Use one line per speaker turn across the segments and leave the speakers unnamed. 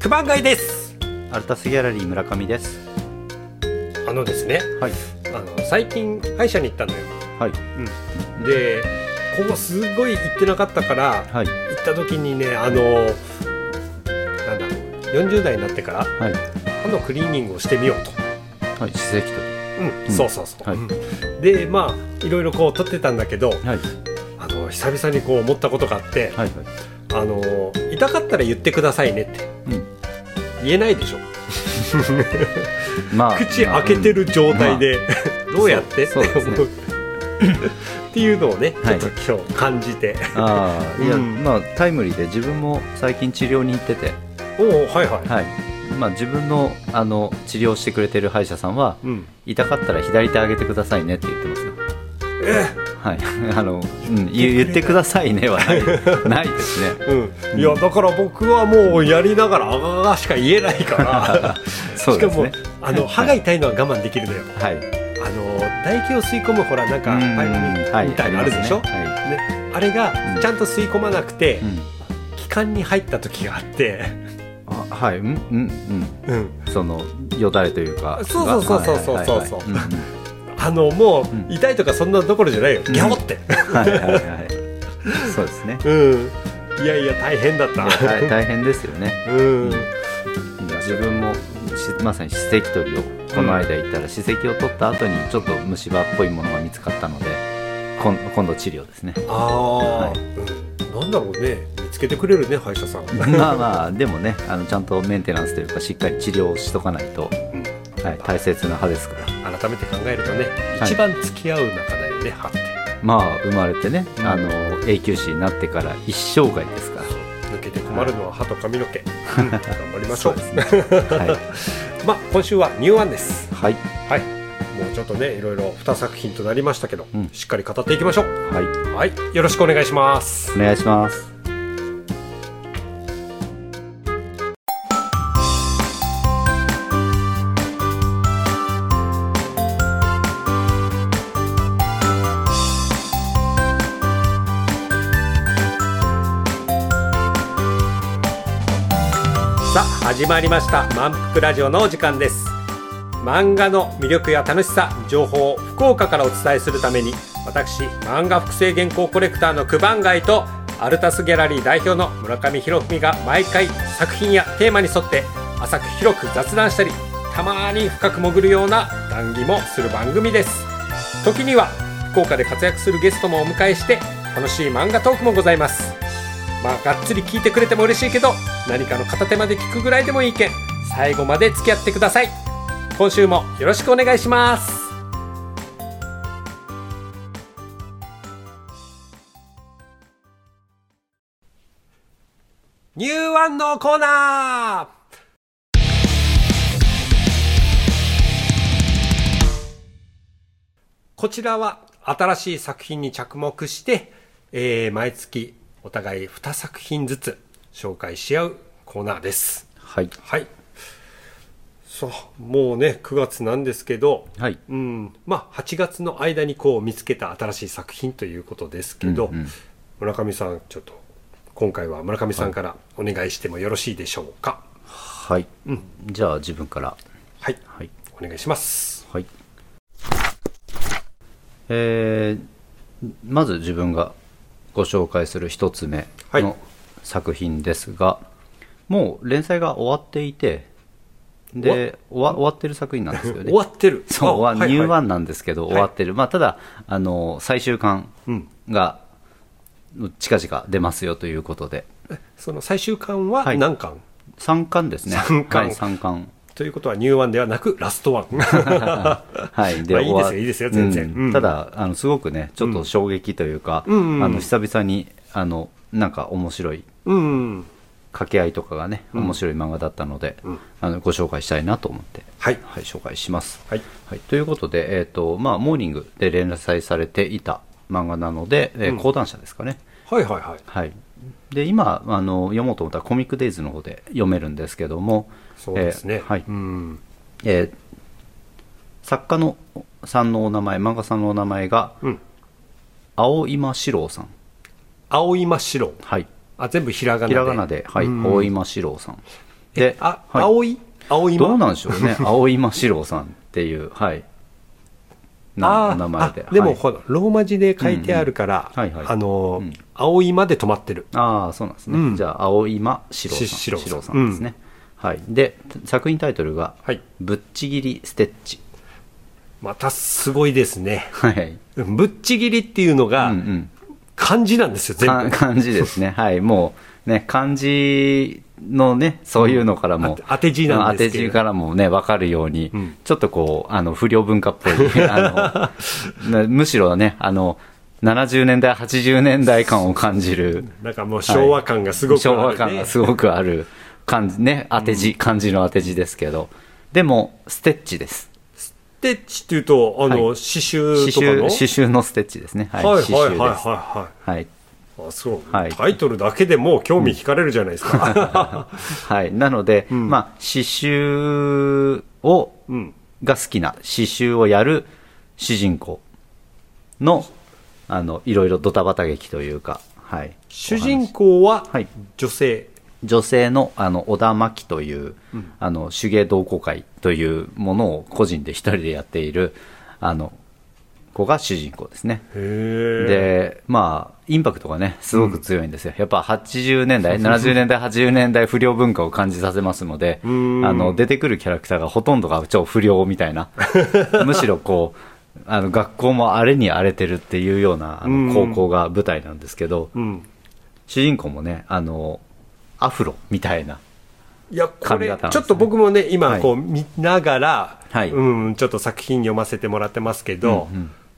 九番街です
アルタスギャラリー村上です。
あのですね
はい。
あの最近歯医者に行ったのよ
はい。
でここすごい行ってなかったから
は
行
い。
った時にねあのなんだ40代になってから
はい。
歯のクリーニングをしてみようと、
はい。歯石
うん
うん
そうそうそう、
はい
うんでまあいろいろこう撮ってたんだけど
取り。はい。
あの久々にこう思ったことがあって、
はい。はい。
あの痛かったら言ってくださいねって
うん。
言えないでしょ
まあ。
口開けてる状態で、どうやってって
そう
思
そうですね
うっていうのをねちょ
は
っ
い
と今日感じて、
まあ。ああ、いや、
うん
まあ、タイムリーで、自分も最近治療に行ってて。
おおはいはい、
はい。まあ、自分の、あの、治療してくれてる歯医者さんは。
うん
痛かったら左手上げてくださいねって言ってますよ。
え
はい。 あの、うん、言言ってくださいねはない。ないですね。
うん、いやだから僕はもうやりながらあががしか言えないから
そう
しか
です
も、
ね。
あの歯が痛いのは我慢できるのよ
はい。
あの唾液を吸い込むほらなんか
うん
パイプみたいなのあるでしょ、
はいりますね。
あれ
う
が
ん
ちゃんと吸い込まなくて、
はい。うん
気管に入った時があって、
あはい、うん、うん、
うん、
うん、そのよだれというか。
そうそうそうそう
はいはい
そうそうそう
はい
あのも
うん
う痛いとかそんなどころじゃないよ、
うん
ギャオって、
はいはいはいはい。そうですね。
うん、いやいや大変だっ
い
た
や 大大変ですよね。
うん
いや自分もしまさに歯石取りをこの間行ったら歯石を取った後にちょっと虫歯っぽいものが見つかったので、今今度治療です ね。
ああ、
は
うんなんだろうね見つけてくれるね歯医者さん
まあまあでもね、あのちゃんとメンテナンスというかしっかり治療をしとかないと、
うん
はい大切な歯ですから。
改めて考えるとね、
はい
一番付き合う仲だよね歯って
まあ生まれてね、あの永久歯になってから一生涯ですから。
抜けて困るのは歯と髪の 毛、うん頑張りましょう
そうですね。は
まあ今週はニューアンです
い。はい。
はいもうちょっとねいろいろ2作品となりましたけど、
うん
しっかり語っていきましょう
はい。
はいよろしくお願いします
お願いします。
さあ始まりました満腹ラジオのお時間です漫画の魅力や楽しさ情報を福岡からお伝えするために私漫画複製原稿コレクターの九番街とアルタスギャラリー代表の村上博文が毎回作品やテーマに沿って浅く広く雑談したりたまに深く潜るような談義もする番組です時には福岡で活躍するゲストもお迎えして楽しい漫画トークもございますまあがっつり聞いてくれても嬉しいけど何かの片手まで聞くぐらいでもいいけん最後まで付き合ってください今週もよろしくお願いしますニューワンのコーナーこちらは新しい作品に着目して、えー毎月お互い2作品ずつ紹介し合うコーナーです。
はい。
はい。そう、もうね、9月なんですけど、
はい。
うん、まあ、8月の間にこう見つけた新しい作品ということですけど、
うんうん
村上さん、ちょっと、今回は村上さんからお願いしてもよろしいでしょうか。
はい。じゃあ自分から。
はい、
はい。
お願いします。
はい。えーまず自分がご紹介する一つ目
はい
の作品ですが、もう連載が終わっていて、で、終わ終わってる作品なんですよね。
終わってる。
そう、
あ
終わニューワ
はい
ンなんですけど、
い
終わってる、まあ、ただあの、最終巻
うん
が近々出ますよということで、
はいその最終巻は
はい
何巻、
3巻ですね、
三巻
はい、三巻
ということはニューワンではなくラストワン。
はい、
まあいいですよ
終わ
いいですよ全然
うん
うん
ただあの、すごくね、ちょっと衝撃というか、
うんうん
あの久々にあのなんか面白い
うん。
掛け合いとかがね、面白い漫画だったので、あのご紹介したいなと思って、
はい
はい、紹介します。
はい。
はい、ということで、えーとまあ、モーニングで連載されていた漫画なので、えー講談社ですかね。
はいはいはい。
はい、で今あの、読もうと思ったらコミックデイズの方で読めるんですけども、
そうですね。
えーはい
うん。
えー作家のさんのお名前漫画さんのお名前が、
うん
青今四郎さん、
青い真っ白。
はい、
あ、全部ひらがなで。
ひらがなで、はい、
うん
青今四郎さんで
あ、
はい
葵葵
どう
ま
なんでしょ うね青井真四郎さんっていうはいな
あー
名前で
あでも、
はい
ほらローマ字で書いてあるから、
うんうんはいはい
あのー
うん
葵まで止まってる
ああそうなんですね、
うん
じゃあ青今四郎さん
し四郎さん
四郎さんですね、はいで作品タイトルが
はい
「ぶっちぎりステッチ
またすごいですね」
はい、
ぶっちぎりっていうのが
うんうん、
漢字なんですよ全部、
か 漢字ですねはいもうね漢字のねそういうのからも、
あて当て字なんですけれど
当て字からもね分かるように、
ん
ちょっとこうあの不良文化っ ぽいあのなむしろねあの70年代80年代感を感じる
なんかもう 昭和感がすごくある、ね
昭和感がすごくある感じね当て字、漢字の当て字ですけどでもステッチです
でちっていうとあの、
はい
刺繍
刺
とか
繍
の
刺繍のステッチですねはい、
はいはい
刺繍
はい
です
はいはい
はい
あそう、
はい
タイトルだけでもう興味惹かれるじゃないですか。
はい、なので、まあ、刺繍を、
ん
が好きな刺繍をやる主人公のあのいろいろドタバタ劇というか、はい、
主
お
人
話
公は
はい
女性。
女性のあの小田真希という、あの手芸同好会というものを個人で一人でやっているあの子が主人公ですね。
へえ。
でまあインパクトがねすごく強いんですよ、やっぱ80年代70年代80年代不良文化を感じさせますのであ
ん
の出てくるキャラクターがほとんどが超不良みた いなむしろこうあの学校も荒れに荒れてるっていうようなあ
うん
の高校が舞台なんですけど、
うん。
主人公もねあのアフロみたいない
や、こ
髪
れ、
型なんです
ち
ね
ょっと僕もね、今
はい
こう見ながら、
はい
うん、ちょっと作品読ませてもらってますけど、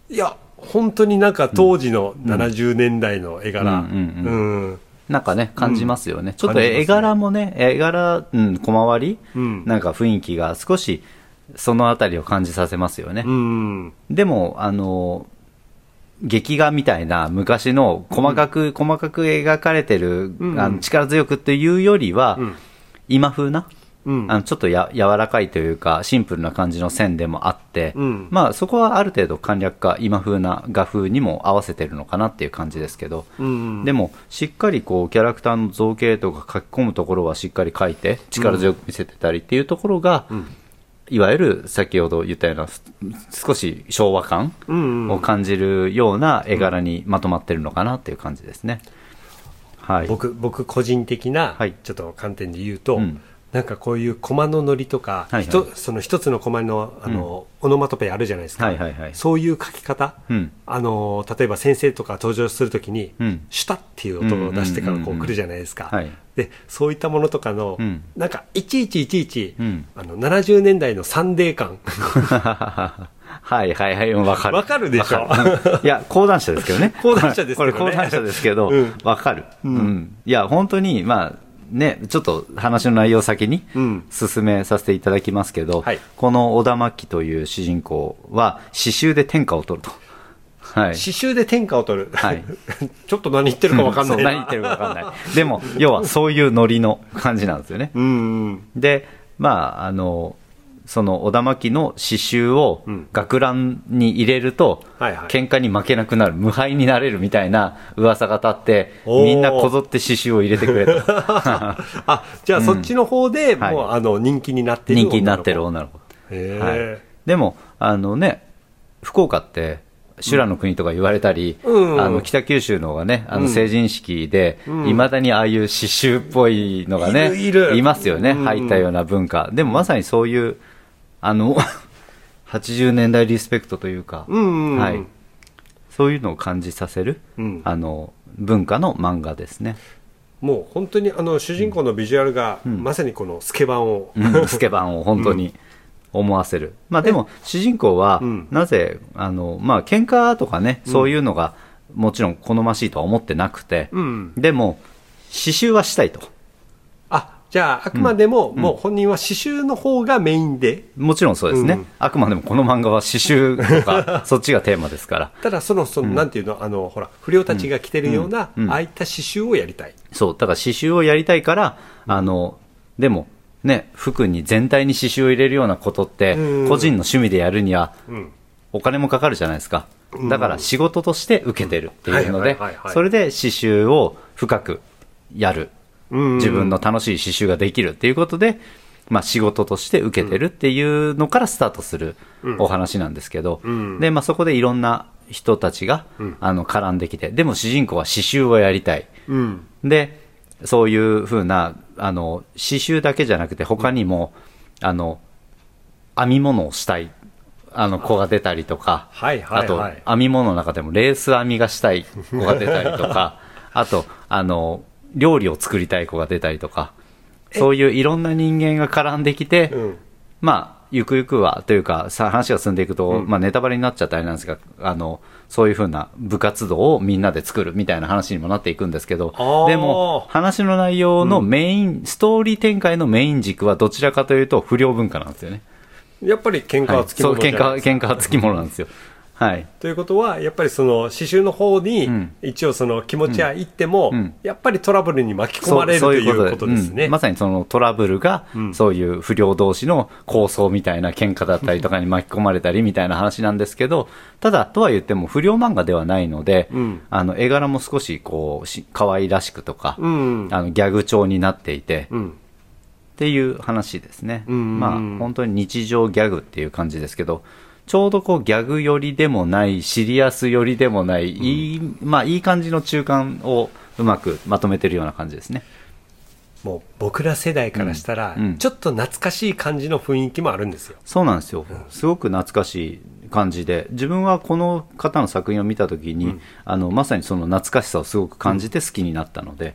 いや、本当になんか当時の70年代の絵柄、う。
うんうんうんなんかね、感じますよね。ちょっと
感じますね
絵柄もね、絵柄、うん、小回り、
うん
なんか雰囲気が少し、そのあたりを感じさせますよね。
うん。
でも、あの、劇画みたいな昔の細かく、細かく描かれてる、あの力強くっていうよりは、今風な、
うん
あのちょっとや柔らかいというかシンプルな感じの線でもあって、
うん
まあそこはある程度簡略化今風な画風にも合わせてるのかなっていう感じですけど、
うん
でもしっかりこうキャラクターの造形とか書き込むところはしっかり書いて力強く見せてたりっていうところが、いわゆる先ほど言ったようなす少し昭和感
ん
を感じるような絵柄にまとまってるのかなっていう感じですね。はい、
僕、僕個人的な
はい、
ちょっと観点で言うと、
うん
なんかこういうコマのノリとか、
はいはい
ひとその一つのコマの、あの、オノマトペあるじゃないですか。
はいはいはい
そういう書き方、
うん
あの例えば先生とか登場するときに、
うん
シュタっていう音を出してからこ
うんうんうんう
うん来るじゃないですか、
はい
でそういったものとかの、
うん
なんかいちいちいちいち、
うん
あの70年代のサンデー感
はいはいはい、わかる。
わかるでしょ
わかるいや、講談社ですけどね。
講談社ですけどね
これこれ講談社ですけど
うん、
わかる。うん。いや、本当に、まあ、ね、ちょっと話の内容を先に
うん
進めさせていただきますけど、
はい
この小田真希という主人公は刺繍で天下を取ると。はい。
刺繍で天下を取る、
はい
ちょっと何言ってるか分かんない
そう
な
何言ってるかわかんない。でも、要はそういうノリの感じなんですよね。
うんうん
でまああのその小田真希の刺繍を
ん
学ランに入れると、
はいはい
喧嘩に負けなくなる無敗になれるみたいな噂が立って
おー
みんなこぞって刺繍を入れてく れと
あじゃあそっちの方で、
はい
もうあの人気になってる
人気になってる
女の
女の子、
子へえ、
はい、でもあのね福岡って修羅の国とか言われたり、
うん
あの北九州の方がねあの成人式でいま、未だにああいう刺繍っぽいのがね
いるいる
ますよね、
うん
入ったような文化でもまさにそういうあの 80年代リスペクトというか、
うんうんうん
はい、そういうのを感じさせる、
うん
あの文化の漫画ですね、
もう本当にあの主人公のビジュアルが、まさにこのスケバンを、
うんスケバンを本当に思わせる。まあでも、主人公は
うん、
なぜ、あの、まあ喧嘩とかね、そういうのが、もちろん好ましいとは思ってなくて、
うん
でも、刺繍はしたいと。
あじゃああくまでも、もう本人は刺繍の方がメインで
もちろんそうですね。
うん
あくまでもこの漫画は刺繍 とか、そっちがテーマですから。
ただそのその、なんていうのあのほら不良たちが着てるような、
うんうん
ああいった刺繍をやりたい
そう、だから刺繍をやりたいから、あの、でも、ね、服に全体に刺繍を入れるようなことって
うん、
個人の趣味でやるには
ん、
お金もかかるじゃないですか。だから仕事として受けてるっていうの
う
で
んはいはいはいは、い
それで刺繍を深くやる。
うん
自分の楽しい刺繍ができるっていうことで、まあ、仕事として受けてるっていうのからスタートするお話なんですけど、
ん
でまあ、そこでいろんな人たちが、あの絡んできてでも主人公は刺繍をやりたい、
うん
でそういうふうなあの刺繍だけじゃなくて他にも、あの編み物をしたいあの子が出たりとか、
はいはいはい
あと編み物の中でもレース編みがしたい子が出たりと かあとあの料理を作りたい子が出たりとかそういういろんな人間が絡んできて、
うん
まあゆくゆくはというかさ話が進んでいくと、まあ、ネタバレになっちゃったりなんですがあのそういうふうな部活動をみんなで作るみたいな話にもなっていくんですけど
あー
でも話の内容のメイン、ストーリー展開のメイン軸はどちらかというと不良文化なんですよね。
やっぱり喧嘩
は、
はいつきも
そう
のじゃな
喧
い
嘩
ですか
喧嘩はつきものなんです よ。はい、
ということはやっぱりその刺繍の方に
ん
一応その気持ちは行っても、
ん
やっぱりトラブルに巻き込まれるということですね
うんまさにそのトラブルが、そういう不良同士の抗争みたいな喧嘩だったりとかに巻き込まれたりみたいな話なんですけど、ただ、とは言っても不良漫画ではないので、
ん
あの絵柄も少しこうし可愛らしくとか、
うん
あのギャグ調になっていて、っ
うん
ていう話ですね。
ん
まあ、本当に日常ギャグっていう感じですけど、ちょうどこうギャグ寄りでもない、シリアス寄りでもない、いい、まあいい感じの中間をうまくまとめてるような感じですね。
もう僕ら世代からしたら、
うんうん
ちょっと懐かしい感じの雰囲気もあるんですよ
そうなんですよ、すごく懐かしい感じで、自分はこの方の作品を見たときに、あの、まさにその懐かしさをすごく感じて好きになったので、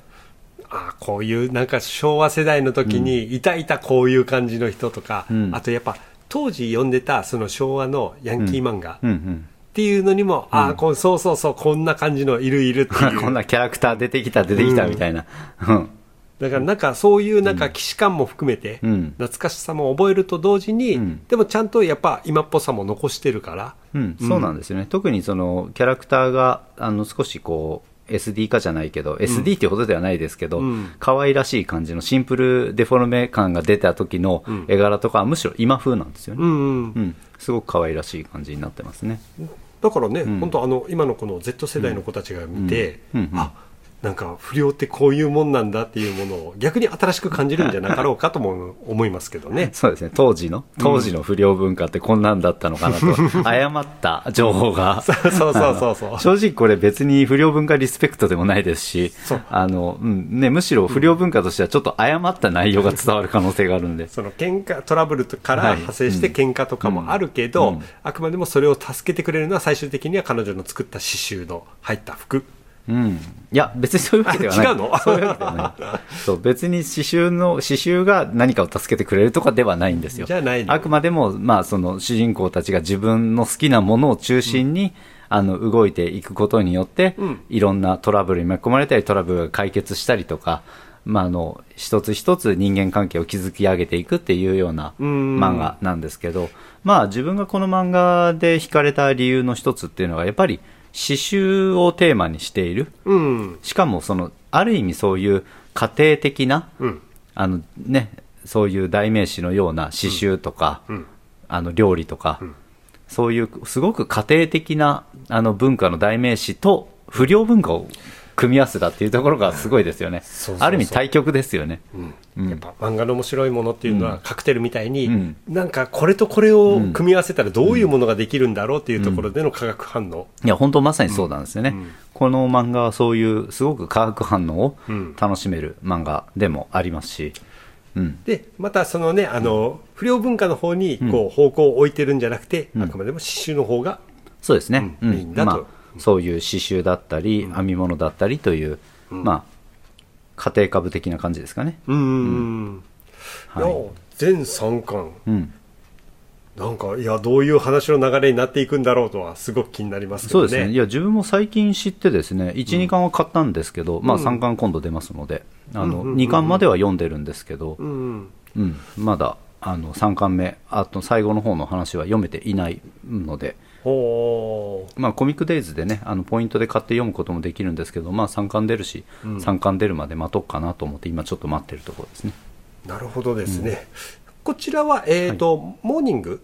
ああこういうなんか昭和世代の時にいたいたこういう感じの人とか、
ん
あとやっぱ当時読んでたその昭和のヤンキー漫画
うん
っ
うん
ていうのにも、ああこうそうそうそうこんな感じのいるいるってい
こん
う
なキャラクター出てきた、出てきたみたいな、うん、
だからなんかそういうなんか既視感も含めて、
うん
懐かしさも覚えると同時に、
ん
でもちゃんとやっぱ今っぽさも残してるから、
うん、そうなんですよね、特にそのキャラクターがあの少しこう SD 化じゃないけど、SD ってほどではないですけど、
うん
可愛らしい感じのシンプルデフォルメ感が出た時の絵柄とかはむしろ今風なんですよ
う
ね、
んうん
うんすごく可愛らしい感じになってますね。
だからね、本当あの今のこの Z 世代の子たちが見て、
うんうんうん
あなんか不良ってこういうもんなんだっていうものを逆に新しく感じるんじゃなかろうかと も思いますけどね。
そうですね当時の当時の不良文化ってこんなんだったのかなと、誤った情報 が
そうそうそう そう
正直これ別に不良文化リスペクトでもないですし
そう
あの、うんね、むしろ不良文化としてはちょっと誤った内容が伝わる可能性があるんで
その喧嘩トラブルから
はい
派生して喧嘩とかもあるけど、
うんうん
あくまでもそれを助けてくれるのは最終的には彼女の作った刺繍の入った服
うん、いや別にそういうわけではない
あ違うの
そういうわけではないそう別に刺繍の刺繍が何かを助けてくれるとかではないんですよ
じゃないの
あくまでも、まあ、その主人公たちが自分の好きなものを中心に、あの動いていくことによって、
うん
いろんなトラブルに巻き込まれたりトラブルが解決したりとか、まあ、あの一つ一つ人間関係を築き上げていくっていうような
うん
漫画なんですけど、まあ、自分がこの漫画で惹かれた理由の一つっていうのはやっぱり刺繍をテーマにしている
うん
しかもそのある意味そういう家庭的な、
うん
あのね、そういう代名詞のような刺繍とか、
ん
あの料理とか、そういうすごく家庭的なあの文化の代名詞と不良文化を組み合わせたっていうところがすごいですよね
そうそうそう
ある意味対極ですよね、
やっぱ漫画の面白いものっていうのはカクテルみたいに、
うん
なんかこれとこれを組み合わせたらどういうものができるんだろうっていうところでの化学反応、
いや本当まさにそうなんですよね、この漫画はそういうすごく化学反応を
ん
楽しめる漫画でもありますし、うん、
でまたそのねあの不良文化の方にこう方向を置いてるんじゃなくて、あくまでも刺繍の方が
そうですね、
う
うんん
メインだと
まあ、そういう刺繍だったり、編み物だったりという、まあ家庭科部的な感じですかね、
うん、いや全3巻
うん、
なんかいやどういう話の流れになっていくんだろうとはすごく気になりますけ
そう
ど
ですねい
ね
や自分も最近知ってですね12、2巻は買ったんですけど、まあ、3巻今度出ますので、あの2巻までは読んでるんですけど、
うん
うん、まだあの3巻目あと最後の方の話は読めていないので、
ほ
まあ、コミックデイズでねあのポイントで買って読むこともできるんですけど、まあ、3巻出るし、3巻出るまで待とうかなと思って今ちょっと待ってるところですね
うなるほどですね、こちらはえっ、と、モーニング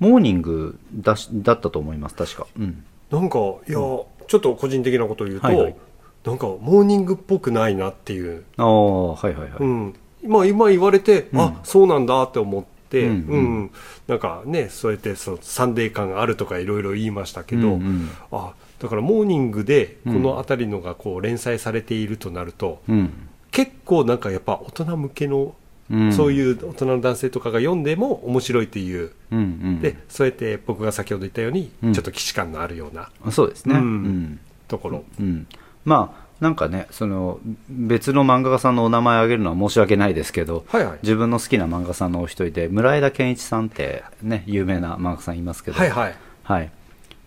モーニングだしだったと思います確か、うん、
なんかいや、ちょっと個人的なことを言うと、
はいはい
なんかモーニングっぽくないなっていう、
ああ、はいはいは
う
い。
ん、今今言われて、
うん
あそうなんだって思って、
う
うんん
うん
なんかねそうやってそのサンデー感があるとかいろいろ言いましたけ
う
ど、
んうん
あだからモーニングで
う
こ
ん
の辺りのがこう連載されているとなると、
うん。
結構なんかやっぱ大人向けの、
うん
そういう大人の男性とかが読んでも面白いっていう。
うんうん。
で、そうやって僕が先ほど言ったように、
うん
ちょっと既視感のあるような
そうですね。う
うん
ん。
ところ、
うん。まあ、なんかね、その、別の漫画家さんのお名前あげるのは申し訳ないですけど、
はいはい
自分の好きな漫画さんのお一人で、村枝健一さんってね、有名な漫画家さんいますけど、
はいはい
はい、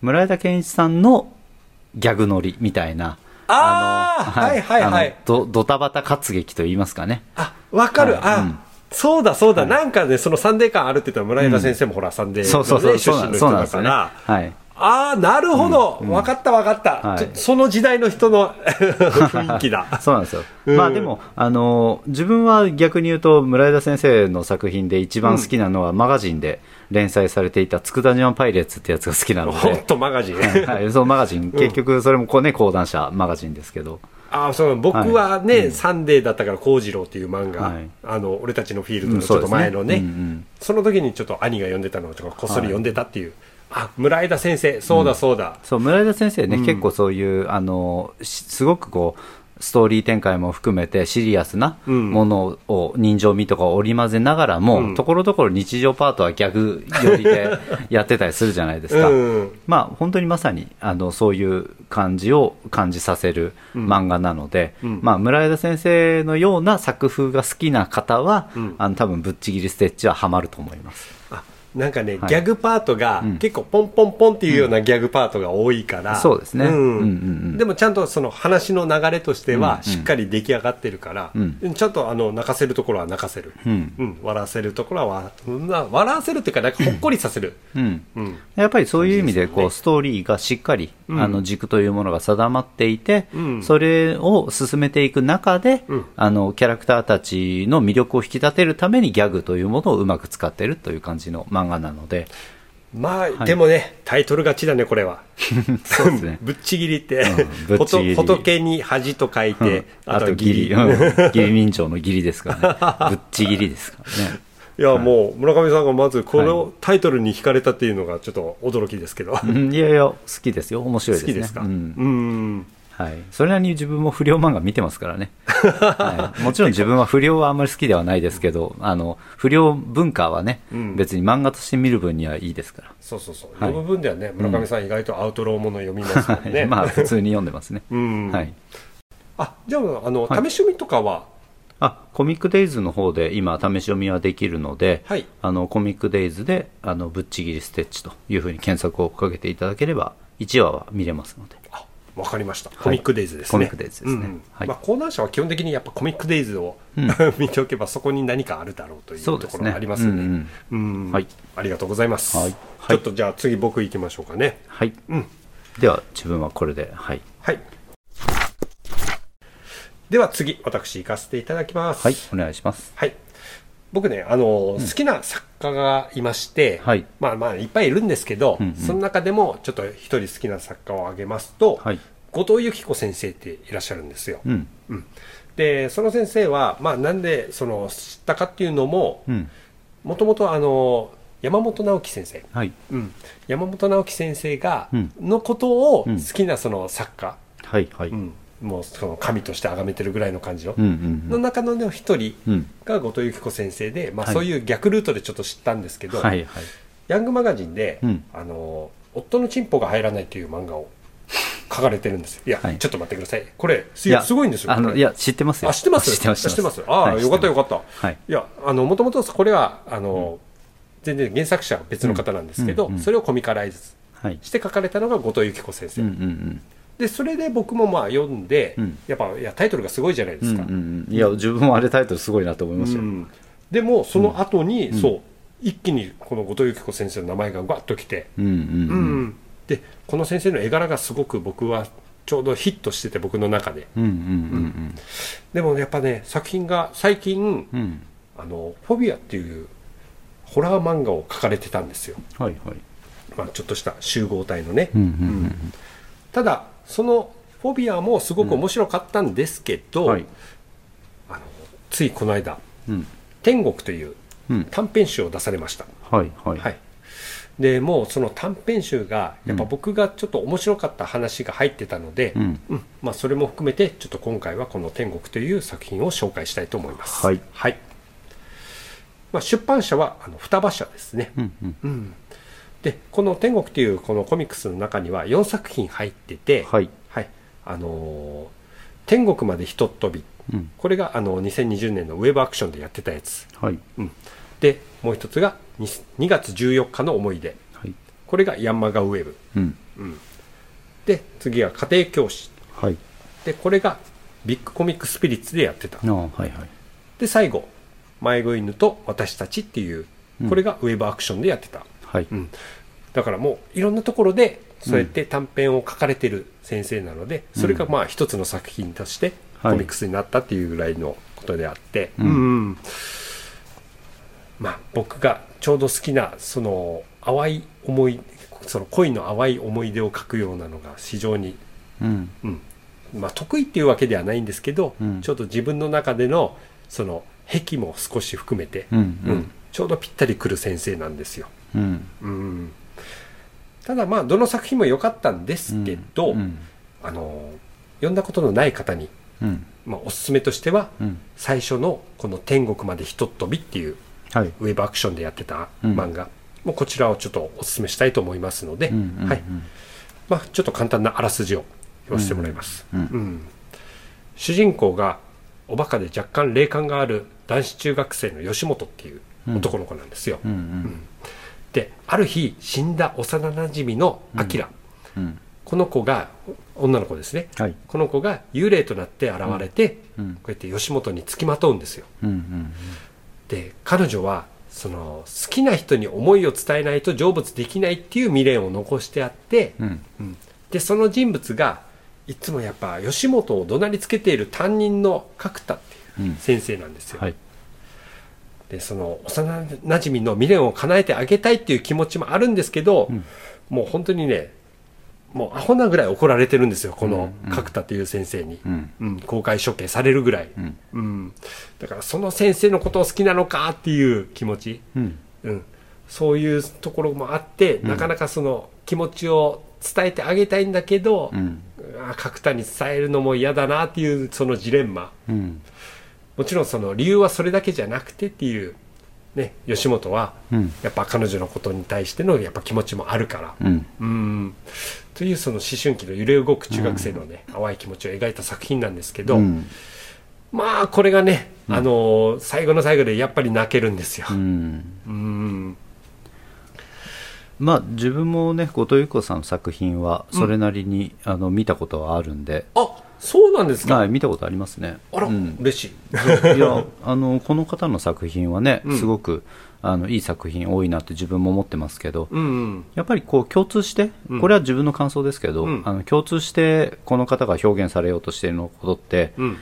村枝健一さんのギャグ乗りみたいな、
あーはいはいはい
あのどドタバタ活劇と言いますかね。
あわかる、
はい
あ、
うん
そうだそうだ、なんかねそのサンデー感あるって言ったら村枝先生もほら、サンデー
そうそう
の、ね、出
そう、そう
身
なん
の
そ
人
うなん
だ
です
か
よね。
ら、
はい。
ああなるほど、わかったわかった、
はい
ちょその時代の人の 雰囲気だ
そうなんですよ、
うん
まあでも、あの自分は逆に言うと村枝先生の作品で一番好きなのは、マガジンで連載されていた「佃島パイレーツ」ってやつが好きなの
ホッ
で、
トマガジン、
はい、そのマガジン結局それもこう、ね、講談社マガジンですけど、
ああそう僕はね、サンデーだったから幸次郎っていう漫画、
はい
あの俺たちのフィール
う
ド
ん
のちょっと前
そう
のね,、
です
そ
ねうんうん
の時にちょっと兄が読んでたのをちょっとこっそり読んでたっていう、あ村枝先生そうだそうだ、
そう村枝先生ね、結構そういうあのしすごくこうストーリー展開も含めてシリアスな
うん
ものを、人情味とかを織り交ぜながらも、
うん
ところどころ日常パートはギャグ寄り でやってたりするじゃないですか、
うん
まあ、本当にまさにあのそういう感じを感じさせる漫画なので、
ん
まあ、村枝先生のような作風が好きな方は、
ん
あの多分ぶっちぎりステッチはハマると思います
あなんかね、
はい
ギャグパートが結構ポンポンポンっていうようなギャグパートが多いから、
そうですね
ん
うんうんうん
でもちゃんとその話の流れとして
うんうん
はしっかり出来上がってるから、
うん
ちゃんとあの泣かせるところは泣かせる、
うん
笑わせるところはわな笑わせるっていうかなんかほっこりさせる、
うん
うん
やっぱりそういう意味でこうストーリーがしっかり、
うん
あの軸というものが定まっていて、
うん
それを進めていく中で、
うん
あのキャラクターたちの魅力を引き立てるためにギャグというものをうまく使ってるという感じの漫画なので
まあ、でもねタイトル勝ちだねこれは
そうですね
ぶっちぎりって、
うんぶっ
ほ
ちぎり
と 仏に恥と書いて、あ
あと
と義
義
理
理、うん義理人情の義理ですか らねぶっちぎりですからね
いや、もう村上さんがまずこのタイトルに惹かれたっていうのがちょっと驚きですけ ど、
うんいやいや好きですよ面白いです
好
ね
きですか、
う
うんん、
はい、それなりに自分も不良漫画見てますからね、 はい、もちろん自分は不良はあんまり好きではないですけどあの不良文化はね、
うん
別に漫画として見る分にはいいですか
そうそうそう、
はい
読む分ではね村上さん意外とアウトローもの読みますも
ら、は
ん
い
ね、
まあ普通に読んでますね、
うん
はい、
あじゃああの、
はい
試し読みとかは
あコミックデイズの方で今試し読みはできるので、
はい
あのコミックデイズであのぶっちぎりステッチというふうに検索をかけていただければ1話は見れますので
あわかりましたコミックデイズですね、
コミックデイズですね
うん
はい
まあ、講談社は基本的にやっぱコミックデイズを、
うん
見ておけばそこに何かあるだろうという
そう
と
です
こ
ね
ろがありますよね
うん
うん
はい
ありがとうございます、
はい
ちょっとじゃあ次僕行きましょうかね
はい、
うん
では自分はこれではい
はいでは次私行かせていただきます
はいお願いします
はい。僕ね、あの、好きな作家がいまして、
はい
まあまあ、いっぱいいるんですけど、
うんうん
その中でも、ちょっと一人好きな作家を挙げますと、
はい
後藤由紀子先生っていらっしゃるんですよ。
うん
うんで、その先生は、まあ、なんで、その、知ったかっていうのも
う、ん
もともと、あの、山本直樹先生、
はい
うん山本直樹先生が、
うん
のことを
うん
好きなその作家、
はいはい、
うんもうその神として崇めてるぐらいの感じの、
うんうんう
の
ん
中のね一人
うん
が後藤由紀子先生で、まあ、
はい
そういう逆ルートでちょっと知ったんですけど、
はいはい
ヤングマガジンで、
うん
あの夫のチンポが入らないという漫画を書かれてるんですよいや、
はい
ちょっと待ってくださいこれすすごいんですよ
あ
こ
の
れ
いや知ってますよ
あ知ってます
知ってます
知ってますああ、
はい
よかった
知
よ
てま
かった
すはい
いやあのもともとこれはあの、全然原作者は別の方なんですけど、
うんうんうん
それをコミカライズ
はい
して書かれたのが後藤由紀子先生、
うんうん
でそれで僕もまあ読んで、
うん
やっぱいやタイトルがすごいじゃないで
う
す
んうん
か、
うんうんいや自分もあれタイトルすごいなと思いましたよ、
うんでもその後に、そう一気にこの後藤由紀子先生の名前がわっときて、
うんうんう
うんんでこの先生の絵柄がすごく僕はちょうどヒットしてて僕の中で
うんうんうん
でもやっぱね作品が最近
うんうん
「あのフォビア」っていうホラー漫画を描かれてたんですよ、
はいはい
まあ、ちょっとした集合体のね、
うんうん
ただそのフォビアもすごく面白かったんですけど、
はい。
あのついこの間
うん。
「天国」という
うん。
短編集を出されました、
はい。はい。
はい、でもうその短編集がやっぱ僕がちょっと面白かった話が入ってたので、
うん。
うんまあ、それも含めてちょっと今回はこの「天国」という作品を紹介したいと思います、
はい
まあ、出版社はあの双葉社ですね、
うん。うん。
でこの「天国」というこのコミックスの中には4作品入ってて、
はい。
あのー天国までひとっ飛び」
うん。
これがあの2020年のウェブアクションでやってたやつ
はい。
でもう一つが 2, 2月14日の思い出
はい。
これがヤンマガウェブ
うん。
で次が家庭教師
はい。
でこれがビッグコミックスピリッツでやってた
ああ、はい。はい。
で最後「迷子犬と私たち」っていうこれがウェブアクションでやってた、
はい。
うんだからもういろんなところでそうやって短編を書かれてる先生なので、それがまあ一つの作品として
は
コ
い
ミックスになったっていうぐらいのことであって、
うん
うんまあ、僕がちょうど好きなその淡い思いその恋の淡い思い出を書くようなのが非常に
うん。
うんまあ、得意っていうわけではないんですけど、
うん
ちょっと自分の中でのその癖も少し含めて、
うん。う
うんん。ちょうどぴったりくる先生なんですよ。
うん。
うんただまあどの作品も良かったんですけど、
うん。
あの読んだことのない方に、
うん。
まあ、おすすめとしては、
うん。
最初のこの「天国までひとっ飛び」っていう
はい。
ウェブアクションでやってた
うん
漫画、もうこちらをちょっとおすすめしたいと思いますので、
うん。うん
はい。まあ、ちょっと簡単なあらすじを言わせてもらいます、
うん
主人公がおバカで若干霊感がある男子中学生の吉本っていう男の子なんですよ、
うん。うん。
である日死んだ幼なじみのアキラ、
うん。
この子が女の子ですね
はい。
この子が幽霊となって現れて、
うん
こうやって吉本につきまとうんですよ
うん。うん。
で彼女はその好きな人に思いを伝えないと成仏できないっていう未練を残してあって、
うん。
でその人物がいつもやっぱ吉本を怒鳴りつけている担任の角田っていう先生なんですよ、
はい。
でその幼なじみの未練を叶えてあげたいっていう気持ちもあるんですけど、もう本当にねもうアホなぐらい怒られてるんですよこの角田という先生に、
うん。
うん公開処刑されるぐらい、
ん
うんだからその先生のことを好きなのかっていう気持ち、
うん。
うん、そういうところもあって、なかなかその気持ちを伝えてあげたいんだけど、
うん。
あー角田に伝えるのも嫌だなっていうそのジレンマ
うん。
もちろんその理由はそれだけじゃなくてっていう、ね、吉本は
うん
やっぱ彼女のことに対してのやっぱ気持ちもあるから。
うん。
うんというその思春期の揺れ動く中学生のね、淡い気持ちを描いた作品なんですけど、
うん。
まあこれがね、あのー最後の最後でやっぱり泣けるんですよ。
うん。
うん
まあ自分もね後藤由紀子さんの作品はそれなりに、あの見たことはあるんで、
あそうなんですか、
はい、見たことありますね
あら、
うん、
嬉しい。
いやあのこの方の作品はねすごく、あのいい作品多いなって自分も思ってますけど、
うんうん、
やっぱりこう共通して、これは自分の感想ですけど、
うん
あの共通してこの方が表現されようとしていることって、
うん、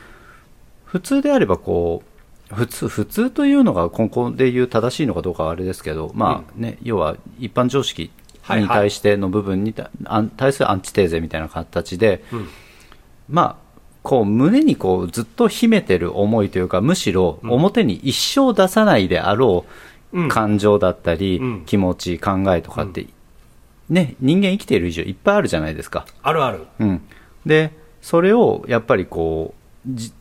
普通であればこう普通普通というのが今後で言う正しいのかどうかはあれですけど、まあね要は一般常識
はいは
に
い
対しての部分にたあん対するアンチテーゼみたいな形で、
ん
まあこう胸にこうずっと秘めてる思いというかむしろ表に一生出さないであろ
う
うん感情だったり、
うん
気持ち考えとかって、ね、人間生きている以上いっぱいあるじゃないですか。
あるある。
うん、でそれをやっぱりこうじ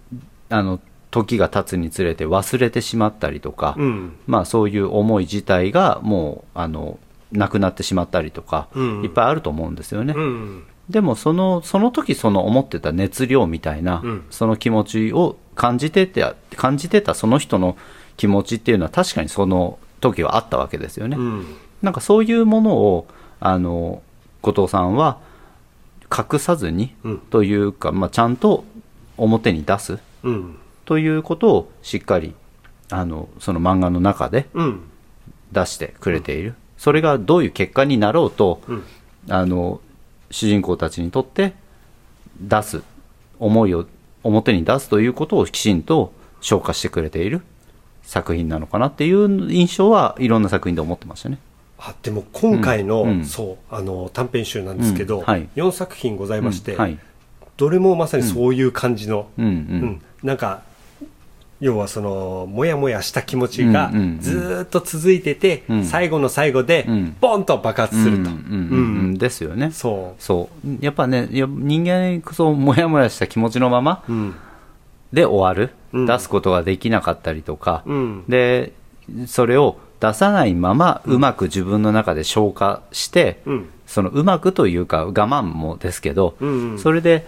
あの時が経つにつれて忘れてしまったりとか、
うん、
まあ、そういう思い自体がもうあのなくなってしまったりとか、
うん
いっぱいあると思うんですよね、
うん、
でもそのその時その思ってた熱量みたいな、
うん
その気持ちを感じてて感じてたその人の気持ちっていうのは確かにその時はあったわけですよね、
うん、
なんかそういうものをあの後藤さんは隠さずに
うん
というか、まあ、ちゃんと表に出す
うん、
ということをしっかりあのその漫画の中で
うん、
出してくれている、それがどういう結果になろうと、
うん
あの主人公たちにとって出す思いを表に出すということをきちんと消化してくれている作品なのかなっていう印象はいろんな作品で思ってましたね。
あでも今回の、
うん
そうあの短編集なんですけど、
うんはい
4作品ございまして、
うんはい
どれもまさにそういう感じの、
うんう
うん
ん
なんか要はそのもやもやした気持ちが
うんうんうん
ずーっと続いてて、
うん
最後の最後で
うん
ボンと爆発すると、
う
うんん
うんうんうんですよね
そ
そうやっぱねや人間こそモヤモヤした気持ちのまま
う、うん
で終わる、
うん
出すことができなかったりとか、
うん
でそれを出さないままうまく自分の中で消化して、
うん
そのうまくというか我慢もですけど、
うんうん
それで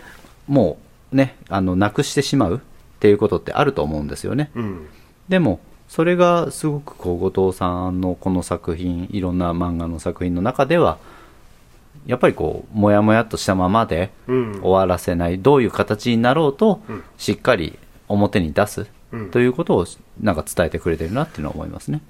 もうねあのなくしてしまうっていうことってあると思うんですよね、
うん
でもそれがすごくこう後藤さんのこの作品いろんな漫画の作品の中ではやっぱりこうモヤモヤっとしたままで
うん
終わらせない、どういう形になろうと、しっかり表に出す、
うん
ということをなんか伝えてくれてるなっていうのは思いますね。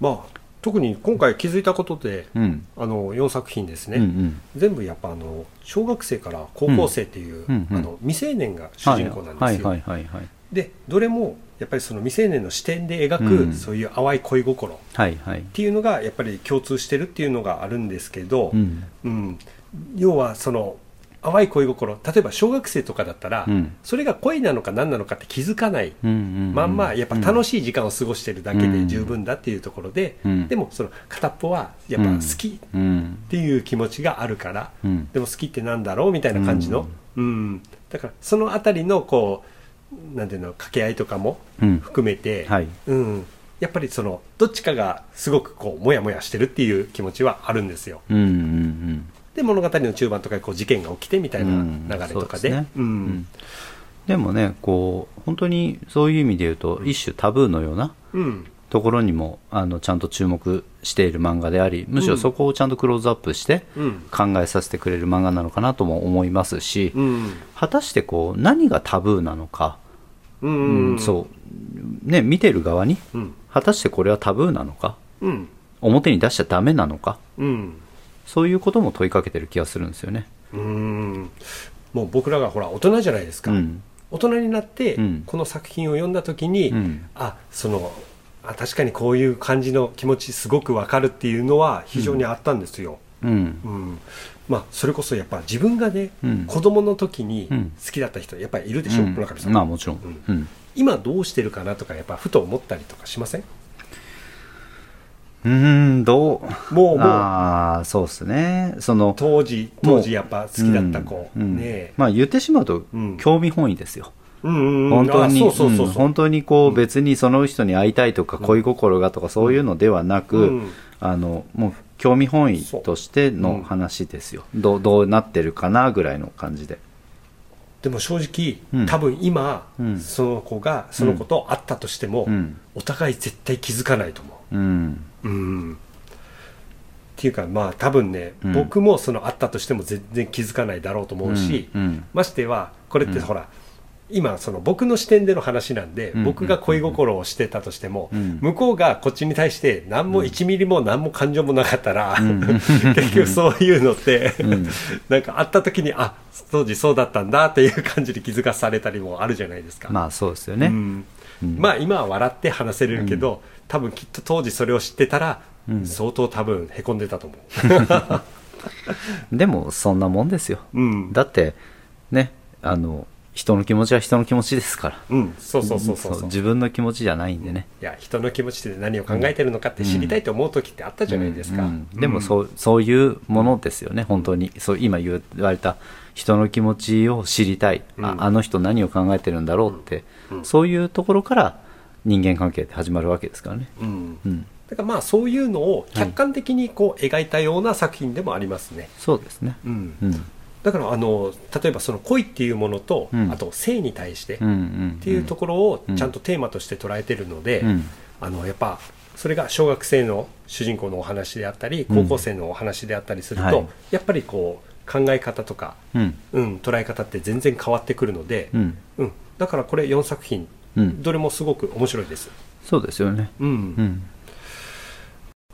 まあ特に今回気づいたことで、
うん、
あの4作品ですね、
うんうん
全部やっぱあの小学生から高校生っていう、
うんうんうん
あの未成年が主人公なんですよ、
はいはいはいはい
でどれもやっぱりその未成年の視点で描く、
うん
そういう淡い恋心っ
はいはい
ていうのがやっぱり共通してるっていうのがあるんですけど、
うん
うん要はその淡い恋心例えば小学生とかだったら、
うん
それが恋なのか何なのかって気づかない
うんうんうん
まんまやっぱ
うん
楽しい時間を過ごしてるだけで十分だっていうところで、
うん
でもその片っぽはやっぱ好きっ
うん
ていう気持ちがあるから、
うん
でも好きってなんだろうみたいな感じの、うんだからそのあたりのこうなんていうの掛け合いとかも
うん
含めて、
はい
うん、やっぱりそのどっちかがすごくこうモヤモヤしてるっていう気持ちはあるんですよ。
うんうん
で物語の中盤とかでこう事件が起きてみたいな流れとかで。
うんそうすねうんでもねこう本当にそういう意味で言うと、一種タブーのような
うん
ところにもあのちゃんと注目している漫画でありむしろそこをちゃんとクローズアップして
うん
考えさせてくれる漫画なのかなとも思いますし、
うん
果たしてこう何がタブーなのか、
うん
うんそうね見てる側に
うん
果たしてこれはタブーなのか
うん
表に出しちゃダメなのか
うん
そういうことも問いかけてる気がするんですよね。
うんもう僕らがほら大人じゃないですか、
うん
大人になって
うん
この作品を読んだ時に、
うん
あそのあ確かにこういう感じの気持ちすごくわかるっていうのは非常にあったんですよ、
うん
うんまあ、それこそやっぱ自分がね、
うん
子供の時に
うん
好きだった人やっぱりいるでしょ、
うん
村上さん、
まあもちろん、
う
うん
今どうしてるかなとかやっぱふと思ったりとかしません
うーんどう
もうもう
ああそうですねその
当時
もう
当時やっぱ好きだった子、
うんうん
ねえ、
まあ言ってしまうと、
うん
興味本位ですよ
うんうんうん
本当に、
あそうそうそうそう
うん本当にこう別にその人に会いたいとか恋心がとかそういうのではなく、
うん
あのもう興味本位として
そう
の話ですよ、どうどうなってるかなぐらいの感じで
でも正直、
うん
多分今、
うん
その子がその子と会ったとしても、
うん
お互い絶対気づかないと思
うん
う。うんっていうかまあ多分ね、
うん
僕もその会ったとしても全然気づかないだろうと思うし、
うんうん
ましてはこれってほら、今その僕の視点での話なんで、
ん
僕が恋心をしてたとしても、
うん
向こうがこっちに対して何も1ミリも何も感情もなかったら、 結局そういうのって、なんか会った時にあ当時そうだったんだっていう感じに気づかされたりもあるじゃないですか、
まあそうですよね、
うんまあ今は笑って話せれるけど、多分きっと当時それを知ってたら、相当多分へこんでたと思
でもそんなもんですよ、
ううん
だってねあの人の気持ちは人の気持ちですから
うんそうそうそうそう
そ
そうう
自分の気持ちじゃないんでね、
いや人の気持ちで何を考えてるのかって知りたいと思う時ってあったじゃないですか、
うんでもそうそういうものですよね本当にそう今言われた人の気持ちを知りたい、ああの人何を考えてるんだろうって、そういうところから人間関係って始まるわけですからね、
うん
うん、
だからまあそういうのを客観的にこう描いたような作品でもありますね、
そうですね
うん
うん
だからあの例えばその恋っていうものと、
うん
あと性に対してっ
うんうん
ていうところを
うん
ちゃんとテーマとして捉えてるので、
うん
あのやっぱそれが小学生の主人公のお話であったり高校生のお話であったりすると、
はい
やっぱりこう考え方とか、
うん
うん、捉え方って全然変わってくるので、
うん
うんだからこれ4作品
うん
どれもすごく面白いです。
そうですよね
うん
うん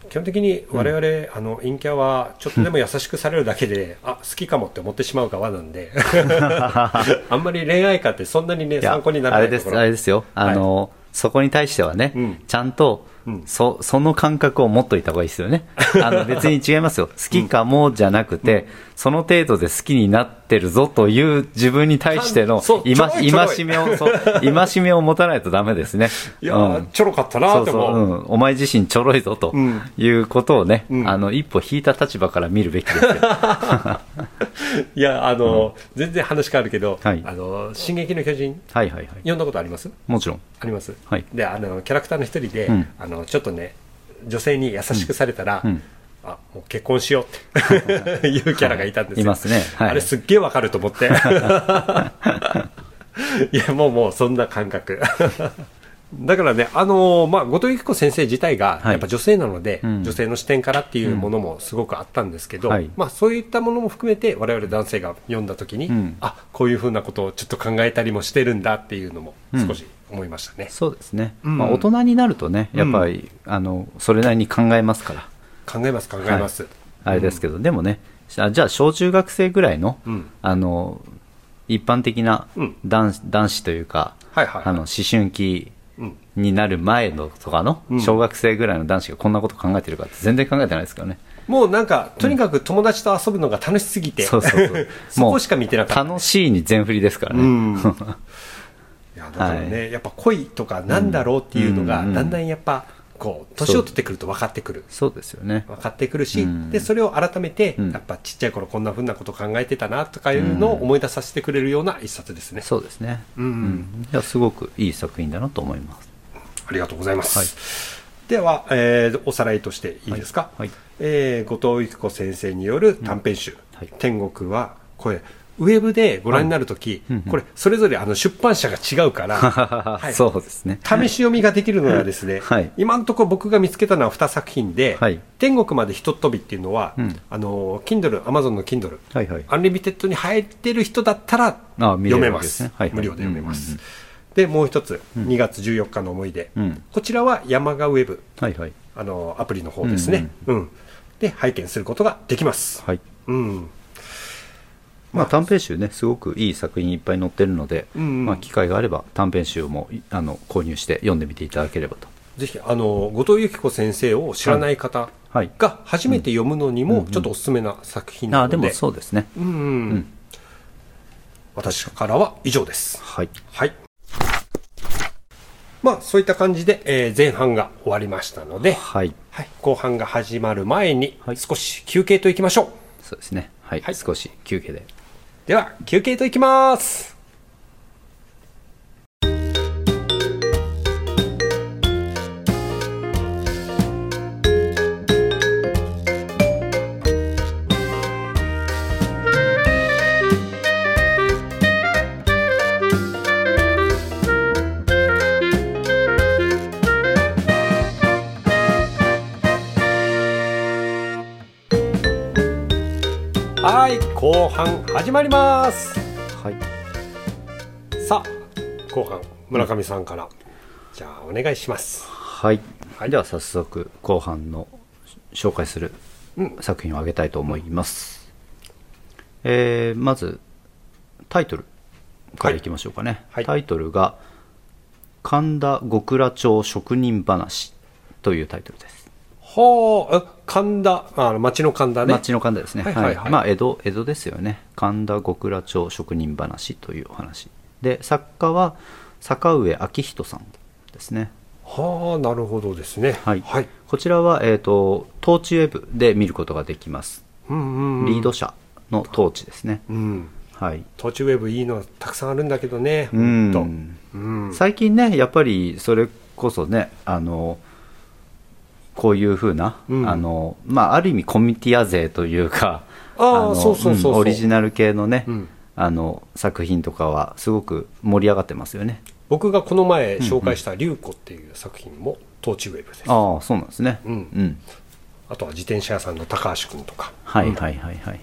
基本的に我々、あの陰キャはちょっとでも優しくされるだけで、あ好きかもって思ってしまう側なん であんまり恋愛観ってそんなにね
いや
参考にな
あ
らな
れ
い
で
とこ
すあれ
ろ
ですよあの、そこに対してはね、
うん
ちゃんと、
うん
そその感覚を持っといた方がいいですよ ねあの別に違いますよ好きかもじゃなくて、その程度で好きになってるぞという自分に対しての
そう
戒
ちょろいちょろい
戒めをそう戒めを持たないとダメですね
いやー、
うん
ちょろかった
そ
な
う
で
そう、う
も
ん、お前自身ちょろいぞと
うん
いうことをね、
うん
あの一歩引いた立場から見るべ きですよ
いやあの、全然話変わるけど、
はい
あの進撃の巨人
はいはいはい
読んだことあります
もちろん
あります、
はい
であのキャラクターの一人で、
うん
あのちょっとね女性に優しくされたら、
うんうん
あもう結婚しよ うっていうキャラがいたんですよ、
いますねはい
あれすっげえわかると思って いやもうもうそんな感覚だからね、あのまあ、後藤由紀子先生自体が、
はい
やっぱ女性なので、
うん
女性の視点からっていうものもすごくあったんですけど、
はい
まあ、そういったものも含めて、我々男性が読んだときに、
うん
あこういうふうなことをちょっと考えたりもしてるんだっていうのも、少し思いましたね。
そうですね、
うん
まあ、大人になるとねやっぱり、あのそれなりに考えますから
考えます、考えます。
あれですけど、でもねあじゃあ小中学生ぐらいの,、
うん
あの一般的な
うん
男,、男子というか、
はいはい
あの思春期
うん
になる前のとかの
うん
小学生ぐらいの男子がこんなこと考えてるかって全然考えてないですけどね、
もうなんか、とにかく友達と遊ぶのが楽しすぎて、
そうそう そう
そこしか見てなかった。
もう楽しいに全振りですからね、
うん。いや、だからね、やっぱ恋とかなんだろうっていうのが、
うん
だんだんやっぱ、こう、年を取ってくると分かってくる。
そうですよね
分かってくるし、
うん
で、それを改めて、
うん
やっぱちっちゃい頃こんなふうなこと考えてたなとかいうのを思い出させてくれるような一冊ですね。
そうですね、
うん
いやすごくいい作品だなと思います
ありがとうございます。
はい
では、えーおさらいとしていいですか、
はいはい
えー後藤由紀子先生による短編集、
はい
天国は、これ、ウェブでご覧になるとき、
いうんうん
これ、それぞれあの出版社が違う から、はい
そうですね
試し読みができるのはですね、
はい
今のところ僕が見つけたのは2作品で、
はい
天国までひとっ飛びっていうのは、
うん
あの、Kindle、Amazon の Kindle、
はいはい
アンリミテッドに入ってる人だったら
あ
読
見れる
め
わ
ま
けです
す、
ねはいはい
無料で読めます、
うんうん
でもう一つ、2月14日の思い出、
うん
こちらは山がウェブ
はいはい
あのアプリの方ですね、うんで拝見することができます、
はい
うん
まあ、短編集ね、すごくいい作品いっぱい載ってるので、
うんうん
まあ、機会があれば短編集もいあの購入して読んでみていただければと。
ぜひあの後藤由紀子先生を知らない方
はい
が初めて読むのにもちょっとおすすめな作品な
あ
ので、
でもそうですね。
うんうん
うん
私からは以上です
はい。
はい。まあ、そういった感じで、えー前半が終わりましたので、
はい。
はい、後半が始まる前に
はい
少し休憩といきましょう。
そうですね。はい。
はい
少し休憩で。
では、休憩といきます。はい、後半始まります。
はい。
さあ、後半、村上さんから、じゃあお願いします。
はい。では、早速、後半の紹介する作品を挙げたいと思います。えーまず、タイトルからいきましょうかね。
はい
タイトルが、神田極楽町職人話というタイトルです。
はあ、え神田、あの町の神田ね。
町の神田ですね、
は
はいい
はいはい
まあ、江戸江戸ですよね神田極楽町職人話というお話で作家は坂上昭仁さんですね、
はあ、なるほどですね。
はい
はい。
こちらは、えー、とトーチウェブで見ることができます、
うんうんうん。
リード社のトーチですね、
うん。
はい
途中ウェブいいのたくさんあるんだけどね、
う
ほん
ん
と。うん。
最近ねやっぱりそれこそねあのこういうふうな、
うん
あのまあ、ある意味コミュニティア勢というか
あー
の
そうそうそうそうん
オリジナル系のね、
うん
あの作品とかはすごく盛り上がってますよね
僕がこの前紹介した「龍子」っていう作品もトーチウェブです、あ
ああそうなんですね
うんとは自転車屋さんの高橋君とか、
はいはいはいはい、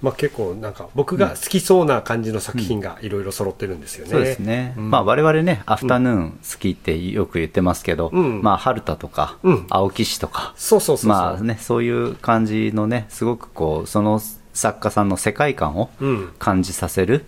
まあ、結構なんか僕が好きそうな感じの作品がいろいろ揃ってるんですよね、
そうですね、
うん
まあ我々ねアフタヌーン好きってよく言ってますけど、
うん
まあ春田とか、
うん
青木氏とか
そうそうそうそう、
まあね、そういう感じのね、すごくこう、その作家さんの世界観を
うん
感じさせる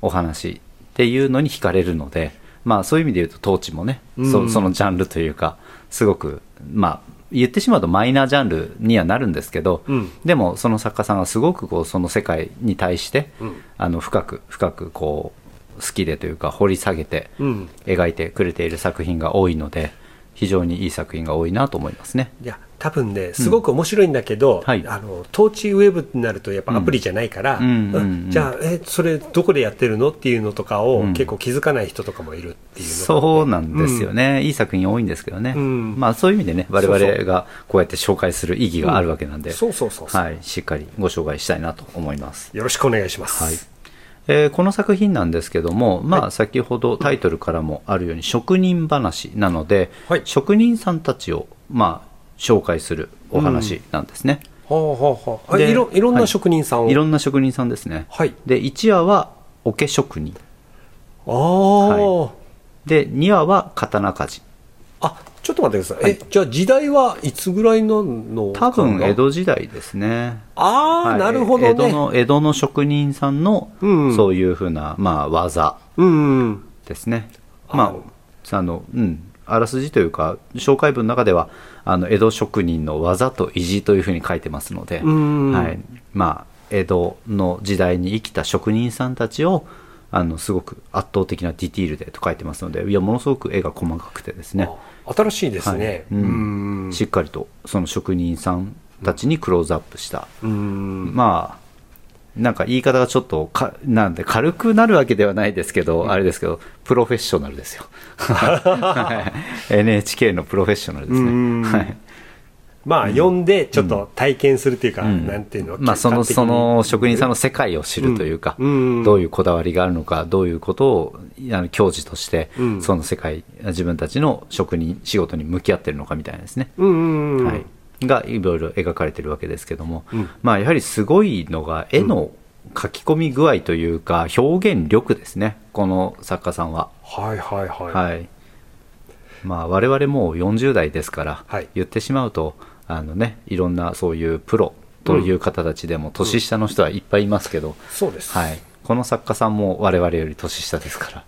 お話っていうのに惹かれるので、まあそういう意味で言うとトーチもね、そそのジャンルというかすごくまあ言ってしまうとマイナージャンルにはなるんですけど、
うん
でもその作家さんがすごくこうその世界に対して、あの深く深くこう好きでというか掘り下げて
うん
描いてくれている作品が多いので非常にいい作品が多いなと思いますね。
いや多分ねすごく面白いんだけど、
はい
あのトーチウェブになるとやっぱアプリじゃないから、
うんうんうんうん
じゃあえそれどこでやってるのっていうのとかを、
うん
結構気づかない人とかもいるっていうのが
そうなんですよね、いい作品多いんですけどね、
うん
まあそういう意味でね、我
そうそ
々がこうやって紹介する意義があるわけなんで、
そうそうそうそう
はい、しっかりご紹介したいなと思います。
よろしくお願いします、
はいえーこの作品なんですけども、まあ、先ほどタイトルからもあるように職人話なので、
はい
職人さんたちを、まあ、紹介するお話なんですね、
ほうほうほうあ
で
いろいろん
は
ない職人さんを、
いろんな職人さんですね、
はい
で1話は桶職人
ああ、
はで2話は刀鍛冶
あちょっと待ってください、えじゃあ時代はいつぐらいなの
多分江
あ
戸時代ですね
あー、
はい
なるほどね
江戸の江戸の職人さんの、
うん
そういうふうな、まあ、技
うんうん
ですね。
あ
まあ、あの、うん。あらすじというか、紹介文の中では、あの、江戸職人の技と意地というふうに書いてますので、
うん
はい。まあ、江戸の時代に生きた職人さんたちを、あの、すごく圧倒的なディティールでと書いてますので、いや、ものすごく絵が細かくてですね、
あ新しいですね、
はいうんしっかりと、その職人さんたちにクローズアップした
うん
まあなんか言い方がちょっとかなんで軽くなるわけではないですけど、あれですけどプロフェッショナルです よはい NHK のプロフェッショナルです
うん
ね、はい
まあ、読んでちょっと体験するっていうか、
うん
なんていうの、
まあ、その
客観的に
その職人さんの世界を知るというか、
うんうん
どういうこだわりがあるのかどういうことをあの教授として、
うん
その世界自分たちの職人仕事に向き合ってるのかみたいなですね、
うんうんうん、
はい、がいろいろ描かれてるわけですけども、
うん
まあやはりすごいのが絵の描き込み具合というか表現力ですねこの作家さんは
はいはいはい、
はいまあ我々もう40代ですから、
はい
言ってしまうとあのねいろんなそういうプロという方たちでも年下の人はいっぱいいますけど、
そうです、
はい、この作家さんも我々より年下ですか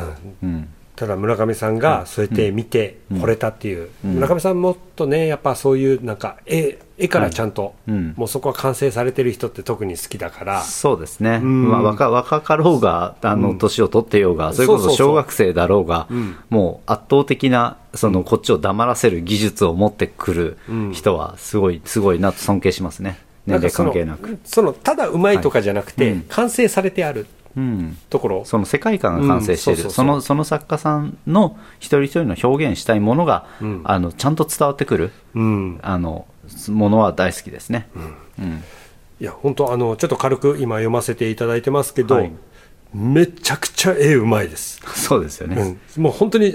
うん
うん
ただ村上さんがそうやって見て惚れたっていう、
ん
村上さんもっとねやっぱそういうなんか絵絵からちゃんと、
いうん
もうそこは完成されてる人って特に好きだから
そうですね、
ん
まあ、若若かろうがあの年を取ってようが、それこ
そうそ
そう
そう
小学生だろうが
ん
もう圧倒的なそのこっちを黙らせる技術を持ってくる
ん
人はすごいすごいなと尊敬しますね年
んか
齢
そ
関
の
係なく
そのただうまいとかじゃなくて、
はいうん
完成されてある
うん、
ところ
その世界観が完成している、
うんそうそうそう
そのその作家さんの一人一人の表現したいものが、
ん
あのちゃんと伝わってくる
うん、
あのものは大好きですね、うん
いや本当あのちょっと軽く今読ませていただいてますけど、
はい
めちゃくちゃ絵うまいです
そうですよね、
うん、もう本当に、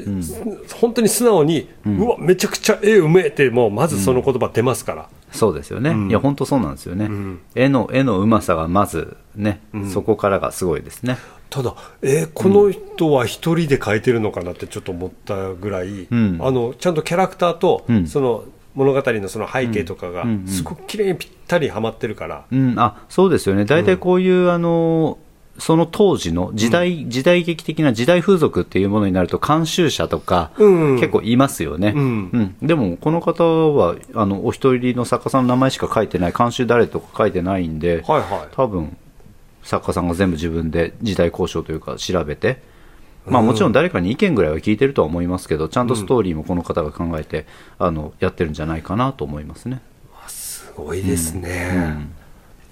本当に素直に、うわ、めちゃくちゃ絵うめえって、もうまずその言葉出ますから、
そうですよね、いや本当そうなんですよね、絵の絵のうまさがまずね、そこからがすごいですね
ただ、えーこの人は一人で描いてるのかなってちょっと思ったぐらい、
ん
あのちゃんとキャラクターと、
うん
その物語のその背景とかが
うんうんう、ん
すごく綺麗にぴったりはまってるから、
うんあそうですよね大体こういう、あのその当時の時代、時代劇的な時代風俗っていうものになると監修者とか、
うん
結構いますよね、
うん
うんでもこの方はあのお一人の作家さんの名前しか書いてない監修誰とか書いてないんで、
はいはい
多分作家さんが全部自分で時代交渉というか調べて、まあ、もちろん誰かに意見ぐらいは聞いてるとは思いますけどちゃんとストーリーもこの方が考えて、あのやってるんじゃないかなと思いますね。
すごいですね。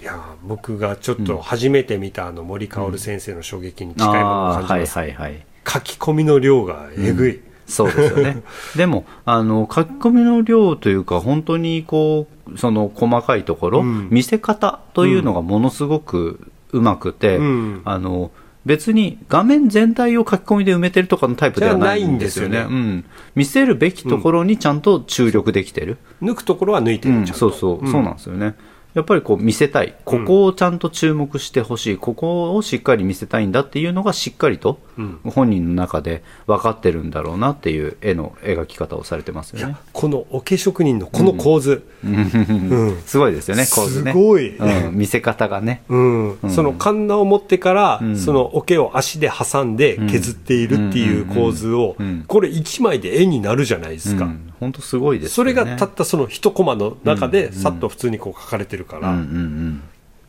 いやー僕がちょっと初めて見たあの森かおる先生の衝撃に近いものを感
あー
じ
はい
ます、
はいはい
書き込みの量がえぐい、
そうですよね でもあの書き込みの量というか本当にこうその細かいところ、
ん
見せ方というのがものすごくうまくて、
うん
あの別に画面全体を書き込みで埋めてるとかのタイプではないんですよね
じゃない
うん、見せるべきところにちゃんと注力できてる、
抜くところは抜いてる
うん
ちゃんと
そうそう、そうなんですよねやっぱりこう見せたいここをちゃんと注目してほしい、ここをしっかり見せたいんだっていうのがしっかりと
うん
本人の中で分かってるんだろうなっていう絵の描き方をされてます
い
よね
や。この桶職人のこの構図、うん
すごいですよね、構図ね。
すごい
うん、見せ方がね。
うんそのカンナを持ってから、
ん
その桶を足で挟んで削っているっていう構図を、
うんうんうん
これ1枚で絵になるじゃないですか、
うん、本当すごいです
そ
よ
れ
ね。
がたったその一コマの中でさっと普通にこう書かれてるから、う
う
ん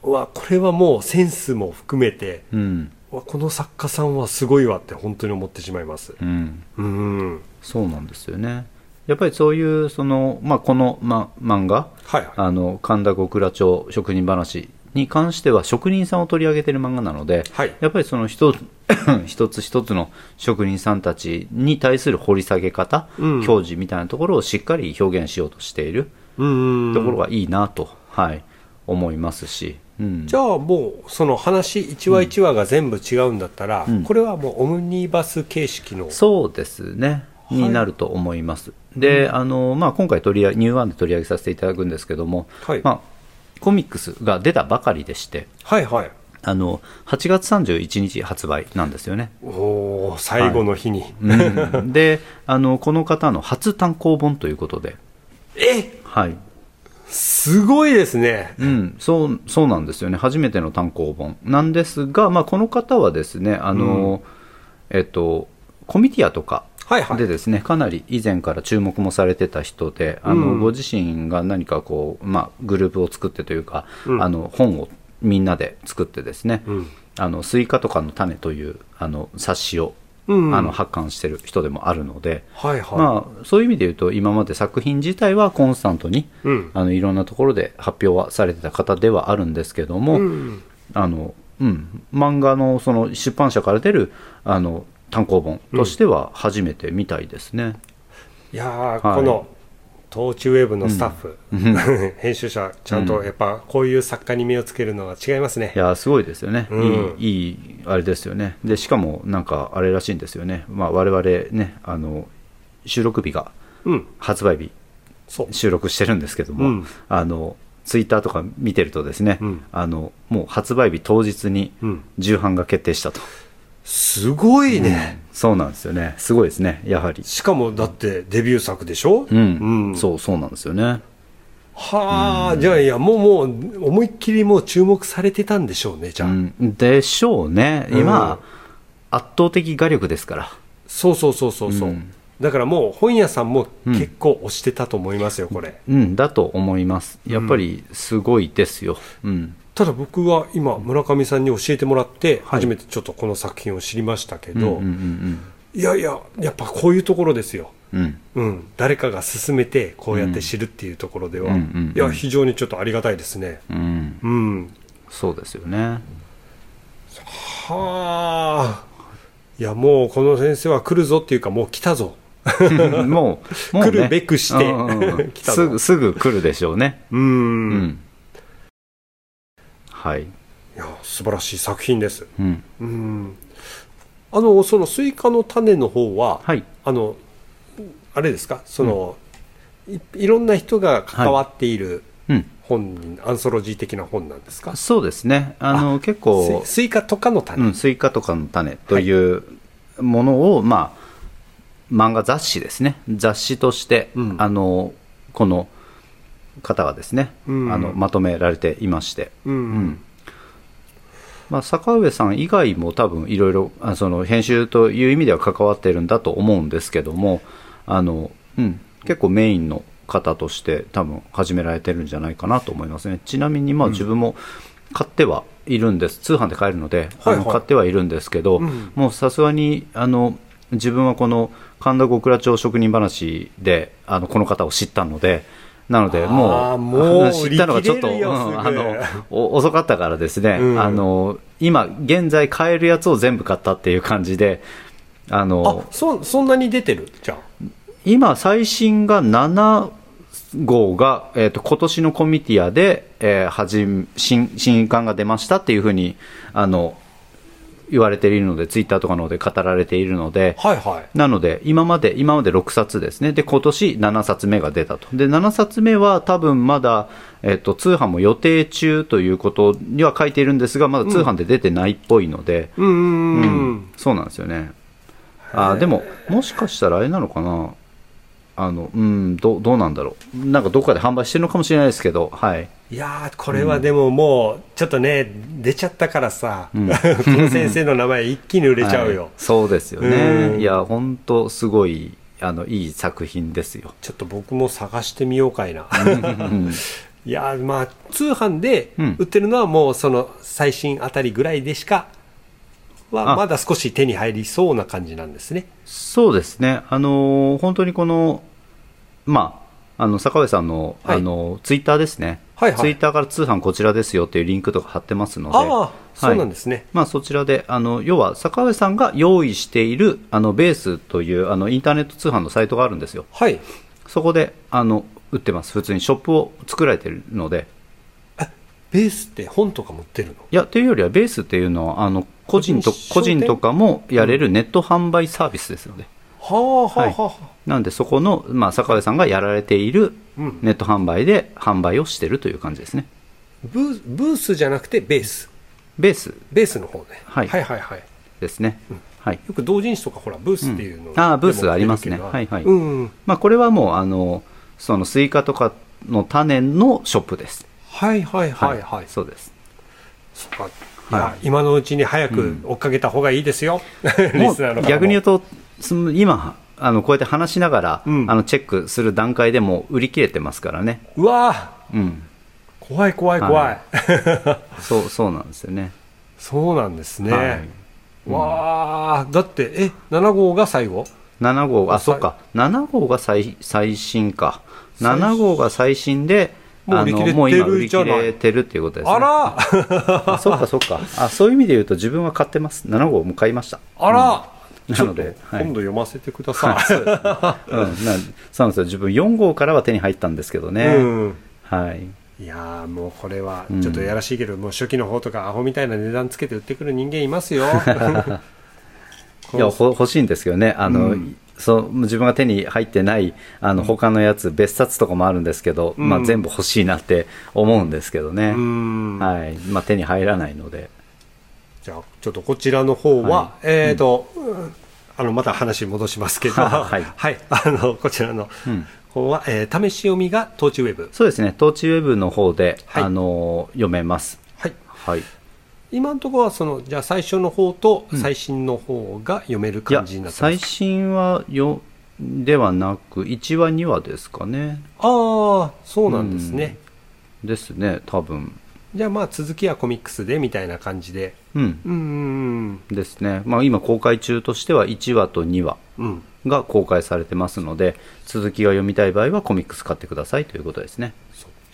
うん
わこれはもうセンスも含めて、
うん。うん。
うわこの作家さんはすごいわって本当に思ってしまいます
うん。
うんはい
そうなんですよね。やっぱりそういう、その、まあ、この、ま、漫画、
はい
あの、神田小倉町職人話に関しては職人さんを取り上げてる漫画なので、
はい
やっぱりその一つ 一つ一つの職人さんたちに対する掘り下げ方、
うん
教示みたいなところをしっかり表現しようとしている
うん
ところがいいなと、はい、思いますし、うん
じゃあもうその話一話一話が全部違うんだったら、
うん
これはもうオムニバス形式の
そうですね、
い
になると思います。で、あのまあ、今回取り上げ、ニューワンで取り上げさせていただくんですけども、
はい
まあ、コミックスが出たばかりでして、
はいはい
あの8月31日発売なんですよね。
おー最後の日に、
うんであの、この方の初単行本ということで、
え
はい
すごいですね
うん、そうそうなんですよね、初めての単行本なんですが、まあ、この方はですね、あのえっと、コミティアとか
はいはい
でですね、かなり以前から注目もされてた人で、あの
うん
ご自身が何かこう、まあ、グループを作ってというか、
うん
あの本をみんなで作ってですね、
うん
あのスイカとかの種というあの冊子を、
うん
あの発刊してる人でもあるので、
はいはい、
まあ、そういう意味で言うと今まで作品自体はコンスタントに、
うん
あのいろんなところで発表はされてた方ではあるんですけども、
うん
あのうん、漫画のその出版社から出るあの単行本としては初めてみたいですね。
いやー、
はい
このトーチウェーブのスタッフ、編集者ちゃんとやっぱこういう作家に目をつけるのは違いますね
い、やーすごいですよね、
うん
いい、いいあれですよね、でしかもなんかあれらしいんですよね、まあ我々ね、あの収録日が
うん
発売日、
そう
収録してるんですけども、
うん
あのツイッターとか見てるとですね、
うん
あのもう発売日当日に
うん
重版が決定したと、
すごいね、
そうなんですよね、すごいですね、やはり、
しかもだってデビュー作でしょ
うん、
うん
そうそうなんですよね、
はあ、じゃあいやもうもう思いっきりもう注目されてたんでしょうねじ
う
ゃあ、
ん、でしょうね、今、
うん
圧倒的画力ですから、
そうそうそうそうそう、
うん
だからもう本屋さんも結構押してたと思いますよこれ、
うん、だと思います、やっぱりすごいですよ。うん
ただ僕は今村上さんに教えてもらって初めてちょっとこの作品を知りましたけど、
うんうん
いやいややっぱこういうところですよ
うんうん
うん、誰かが勧めてこうやって知るっていうところでは、
うんうんうんうん
いや非常にちょっとありがたいですね
うん
うん
そうです よね
はあいやもうこの先生は来るぞっていうかもう来たぞ
もうもう、ね、
来るべくして
うんうんうん
来たぞ
すぐすぐ来るでしょうね
うん、
うん、はい、
いや素晴らしい作品です
うん、
うんあのそのスイカの種の方は、
はい
あのあれですかその、いいろんな人が関わっている
うん
本に、アンソロジー的な本なんですか
そうですねあの結構
スイ、スイカとかの種、
うん、スイカとかの種というものを、まあ漫画雑誌ですね雑誌として、
うん
あのこの方がですね、
うん
あのまとめられていまして
うん
うんまあ、坂上さん以外も多分いろいろあその編集という意味では関わってるんだと思うんですけどもあの、うん、結構メインの方として多分始められてるんじゃないかなと思いますねちなみにまあ自分も買ってはいるんです、通販で買えるので、
はいはい
あの買ってはいるんですけど、
うん
もうさすがにあの自分はこの神田小倉町職人話であのこの方を知ったのでなので
あ
も
ー
う
もう
あの知ったのがちょっと、
売り切れるよ
うん
す
あ
ぐ
のお遅かったからですね、
うん
あの今現在買えるやつを全部買ったっていう感じであ
あ
の
そそんなに出てるじゃあ
今最新が7号が、えー、と今年のコミティアで、えーはじ新新刊が出ましたっていうふうにあの言われているので、ツイッターとかの方で語られているので、
はいはい。
なので、今まで、今まで6冊ですね。で、今年7冊目が出たと。で、7冊目は多分まだ、えっと、通販も予定中ということには書いているんですが、まだ通販で出てないっぽいので、
うんうんうんうん。
そうなんですよね。あーでも、もしかしたらあれなのかなあの、うん、どうどうなんだろう。なんかどっかで販売してるのかもしれないですけど、はい。
いやーこれはでももうちょっとね、出ちゃったからさ、この先生の名前一気に売れちゃうよ、
はいそうですよね。
うん
いや、本当すごい、あの、いい作品ですよ。
ちょっと僕も探してみようかいな、
うん
いやーまあ通販で
うん
売ってるのはもうその最新あたりぐらいでしかは
あ
まだ少し手に入りそうな感じなんですね
そうですね、あのー本当にこの、まあ、あの坂上さんの、
はい
あのツイッターですね、
はいはい
ツイッターから通販こちらですよっていうリンクとか貼ってますので、
ああ、そうなんですね
まあ、そちらであの要は坂上さんが用意しているあのベースというあのインターネット通販のサイトがあるんですよ、
はい
そこであの売ってます、普通にショップを作られてるので、
ベースって本とか持ってるの
いやというよりは、ベースっていうのはあの個人と
個
個
人商店
人とかもやれるネット販売サービスですので。
はあはあはあ、
なんでそこの、まあ、坂上さんがやられている
うん
ネット販売で販売をしてるという感じですね。
ブーブースじゃなくてベース
ベース
ベースの方ね、
はい
はいはいはい
ですね。はい。
よく同人誌とかほらブースっていうの、
うんあーブースありますねはいはい
うん
まあ、これはもう、あの、そのスイカとかの種のショップです。
はいはいはいはい、
そうです。
そっかいや今のうちに早く追っかけた方がいい ですよ、リスナーの方も
逆に言うと、その今、あのこうやって話しながら、
うん
あのチェックする段階でもう売り切れてますからね。
うわー
うん。
怖い怖い怖い、
そう、そうなんですよね。
そうなんですね、
はい
わあだってえ7号が最後
7号、あ、
さい
そっか、7号が最最新か、
最新
7号が最新で、
もう
あの
売り切れてる
もう今、売り
じゃ
切
ない
れてるっていうことですね。
あら
あそっかそっかあ、そういう意味で言うと、自分は買ってます、7号も買いました。
あら、
うん
ちょっと
なので
今
はい
度読ませてください、
はい、そうですねうん、なそうなんですよ、自分、4号からは手に入ったんですけどね、
うん
はい、
いやーもうこれは
うん
ちょっとやらしいけど、もう初期の方とかアホみたいな値段つけて売ってくる人間います よ
いやほ欲しいんですけどね、あの
うん
そう自分が手に入ってないあの他のやつ、別冊とかもあるんですけど、
うん
まあ、全部欲しいなって思うんですけどね、
うん
はいまあ、手に入らないので。
じゃあちょっとこちらの方は、
は
えっ、と、うんあのまた話戻しますけど、は、
はいい
あのこちらの
うん
方は、えー試し読みがトーチウェブ、
そうですね、トーチウェブの方で、
はい
あの読めます。
はい、
はい、
今のところはそのじゃあ最初の方と最新の方が読める
いや
感じになってます、
最新はよではなく、1話、2話ですかね、
ああそうなんですね、
ですね、多分
じゃあまあ続きはコミックスでみたいな感じで
うん、
うんうん
ですね、まあ、今、公開中としては1話と2話
うんうん
が公開されてますので、続きが読みたい場合はコミックス買ってくださいということですね。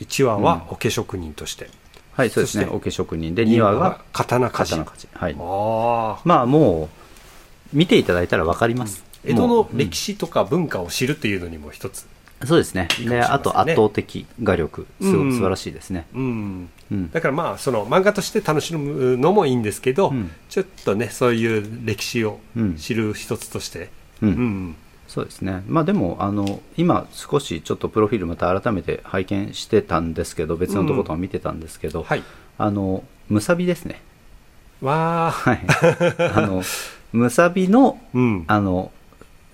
1話はお化職人として、
はい、そうですね、
そして
おけ職人で、2話が
刀鍛冶
刀鍛冶。はい、
ああ
まあ、もう、見ていただいたら分かります。
江戸
も
の
ううん
歴史とか文化を知るっていうのにも一つ
そうですね。
れ
で、
ませんね
あと圧倒的画力、すご
うん
い素晴らしいですね。
うん
うん。
だからまあその漫画として楽しむのもいいんですけど、
うん
ちょっとねそういう歴史を
うん
知る一つとして、
う
うん
んそうですね。まあでも、あの、今少しちょっとプロフィールまた改めて拝見してたんですけど、別のところとか見てたんですけど、
はい
あの、むさびですね。
わあ、
はい。あの、むさびの、
うん、
あの、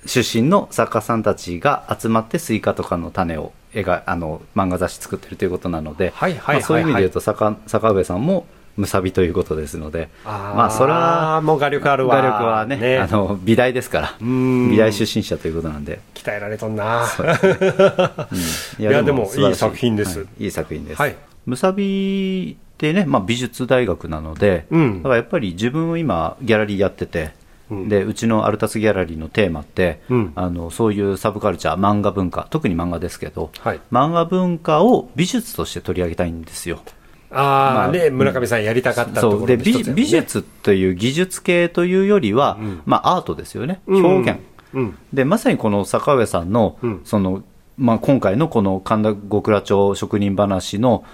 出身の作家さんたちが集まってスイカとかの種を描あの漫画雑誌作ってるということなので、
はいはいはいはい
まあそういう意味で言うと坂坂上さんもむさびということですので、
ー
まあそら
もう画力あるわ
画力はねあの美大ですから
ん
美大出身者ということなんで、
鍛えられとんな
う
い
ん
やでも
素晴らし
いい作品です
はいいい作品です、
はい
むさびってね、まあ、美術大学なので、
うん
だからやっぱり自分今ギャラリーやってて
うん
でうちのアルタスギャラリーのテーマって、
うん
あのそういうサブカルチャー漫画文化特に漫画ですけど、
はい
漫画文化を美術として取り上げたいんですよ
あー、
まあ
ね村上さんやりたかったところ
そうで
の一つやもん
美
ね
美術という技術系というよりは、まあ、アートですよね表現、
うん
でまさにこの坂上さんの,、
うん
そのまあ、今回のこの神田極楽町職人話の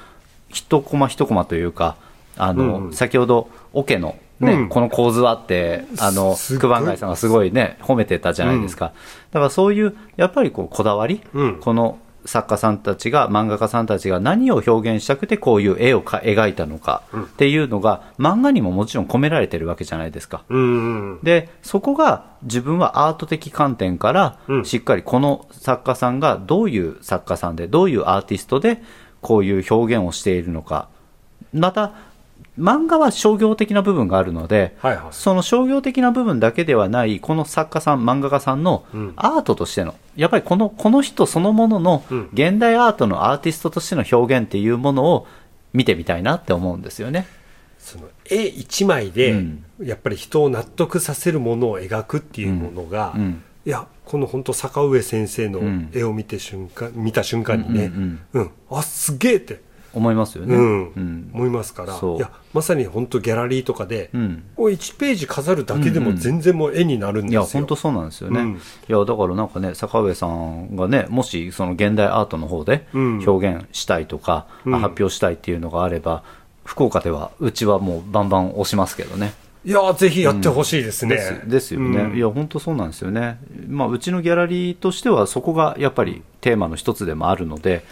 一コマ一コマというかあの、
うんうん
先ほど桶のね、
うん
この構図はって、あの
す、っごい
九番街さんがすごいね、褒めてたじゃないですか。だからそういう、やっぱりこう、こだわり、
うん
この作家さんたちが、漫画家さんたちが何を表現したくて、こういう絵をか描いたのかっていうのが、漫画にももちろん込められてるわけじゃないですか。
うん。
でそこが自分はアート的観点から
うん
しっかりこの作家さんがどういう作家さんでどういうアーティストでこういう表現をしているのかまた漫画は商業的な部分があるので、
はいはい
その商業的な部分だけではないこの作家さん漫画家さんの
ん
アートとしての、やっぱりこのこの人そのものの
ん
現代アートのアーティストとしての表現っていうものを見てみたいなって思うんですよね。
その絵一枚で、
うん
やっぱり人を納得させるものを描くっていうものが、
うんうん
いやこの本当坂上先生の
ん
絵を見て瞬間、見た瞬間にね、う
う
んんあすげえって、
思いますよね。
うん
うん
思いますから
そう
いやまさに本当ギャラリーとかで、
うん
もう1ページ飾るだけでも全然もう絵になるんです
い
よ。
や、本当そうなんですよね。
うん
いや、だからなんかね、坂上さんがね、もしその現代アートの方で
うん
表現したいとか、
ん
発表したいっていうのがあれば、福岡では、うちはもうバンバン押しますけどね。
いやぜひやってほしいですね、
ですですよね、
うん
いや、本当そうなんですよね、まあ、うちのギャラリーとしては、そこがやっぱりテーマの一つでもあるので、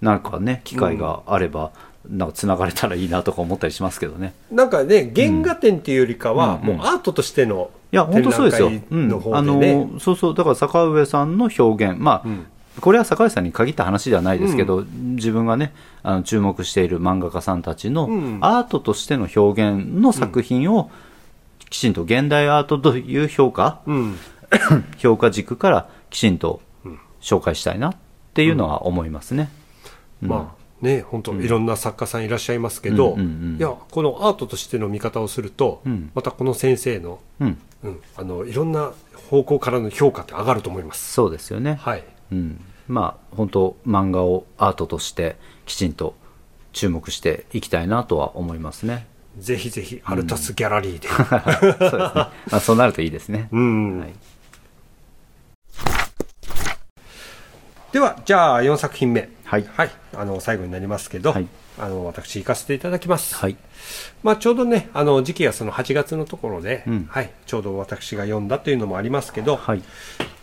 なんかね、機会があれば、なんかつながれたらいいなとか思ったりしますけどね。
なんかね原画展っていうよりかは、
うんうん
もうアートとしての
いや、本当そうですよ。う
展
ん
覧会。の方
あの
でね、
ー、そうそう、だから坂上さんの表現、まあ、
ん
これは坂上さんに限った話ではないですけど、自分がね、あの注目している漫画家さんたちの
ん
アートとしての表現の作品を、きちんと現代アートという評価、
うん、
評価軸からきちんと紹介したいなっていうのは思いますね。
まあね本当いろんな作家さんいらっしゃいますけど、
うんうんうん
いやこのアートとしての見方をすると、
ん
またこの先生の,、
うん、
うん、あのいろんな方向からの評価って上がると思います。
そうですよね。
はい、
うん、まあ本当漫画をアートとしてきちんと注目していきたいなとは思いますね。
ぜひぜひアルタスギャラリーで、
そうですね。まあそうなるといいですね。
うん
はい
ではじゃあ4作品目
はい
あの最後になりますけど、
はい
あの私行かせていただきます、
はい。
まあ、ちょうどねあの時期がその8月のところで、
うん
はい、ちょうど私が読んだというのもありますけど、
はい。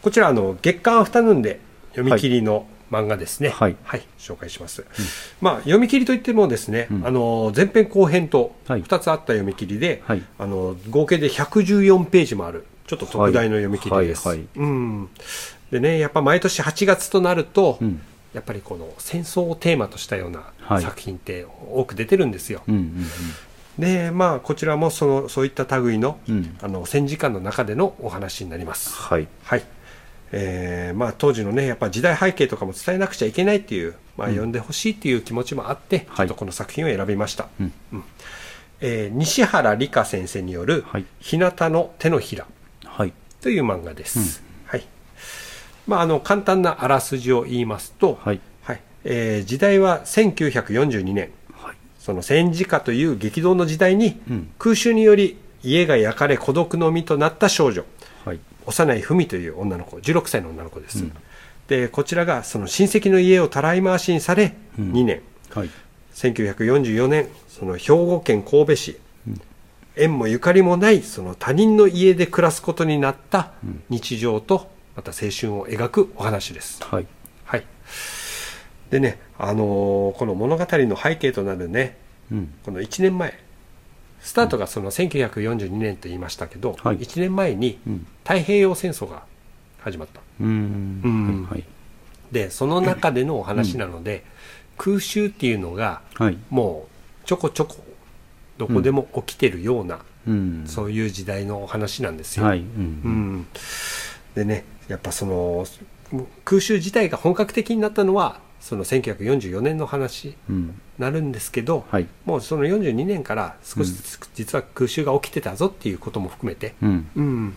こちらあの月刊アフタヌーンで読み切りの漫画ですね。
はい
紹介します。まあ読み切りといってもですね、あの前編後編と
はい
2つあった読み切りで、
はい
あの合計で114ページもあるちょっと特大の読み切りです。
はいはい
うん。でねやっぱ毎年8月となると、
ん
やっぱりこの戦争をテーマとしたような
はい
作品って多く出てるんですよ。
うんうん
でまあこちらもそのそういった類の、
うん
あの戦時間の中でのお話になります。
はい。
はいえーまあ、当時のねやっぱ時代背景とかも伝えなくちゃいけないっていう、まあ、読んでほしいっていう気持ちもあって、
はい
ちょっとこの作品を選びました、
うん
うんえー西原理香先生による
はい
「日向の手のひら
はい。」
という漫画です、はいまあ、あの簡単なあらすじを言いますと、
はい
えー時代は1942年
はい。
その戦時下という激動の時代に、
うん
空襲により家が焼かれ孤独の身となった少女、
はい。
幼い文という女の子16歳の女の子です、でこちらがその親戚の家をたらい回しにされ、2年
はい。
1944年その兵庫県神戸市、縁もゆかりもないその他人の家で暮らすことになった日常とまた青春を描くお話です、
はい。
はいでね、あのーこの物語の背景となるね
うん。
この1年前スタートがその1942年と言いましたけど、
はい
1年前に
うん
太平洋戦争が始まった
うん。はい。
でその中でのお話なので、空襲っていうのが
はい。
もうちょこちょこどこでも起きてるような、
うん。
そういう時代のお話なんですよ、
はい。う。
うんん、でねやっぱその空襲自体が本格的になったのはその1944年の話
うん。
なるんですけど、
はい。
もうその42年から少しずつ実は空襲が起きてたぞっていうことも含めて、
うん。
うん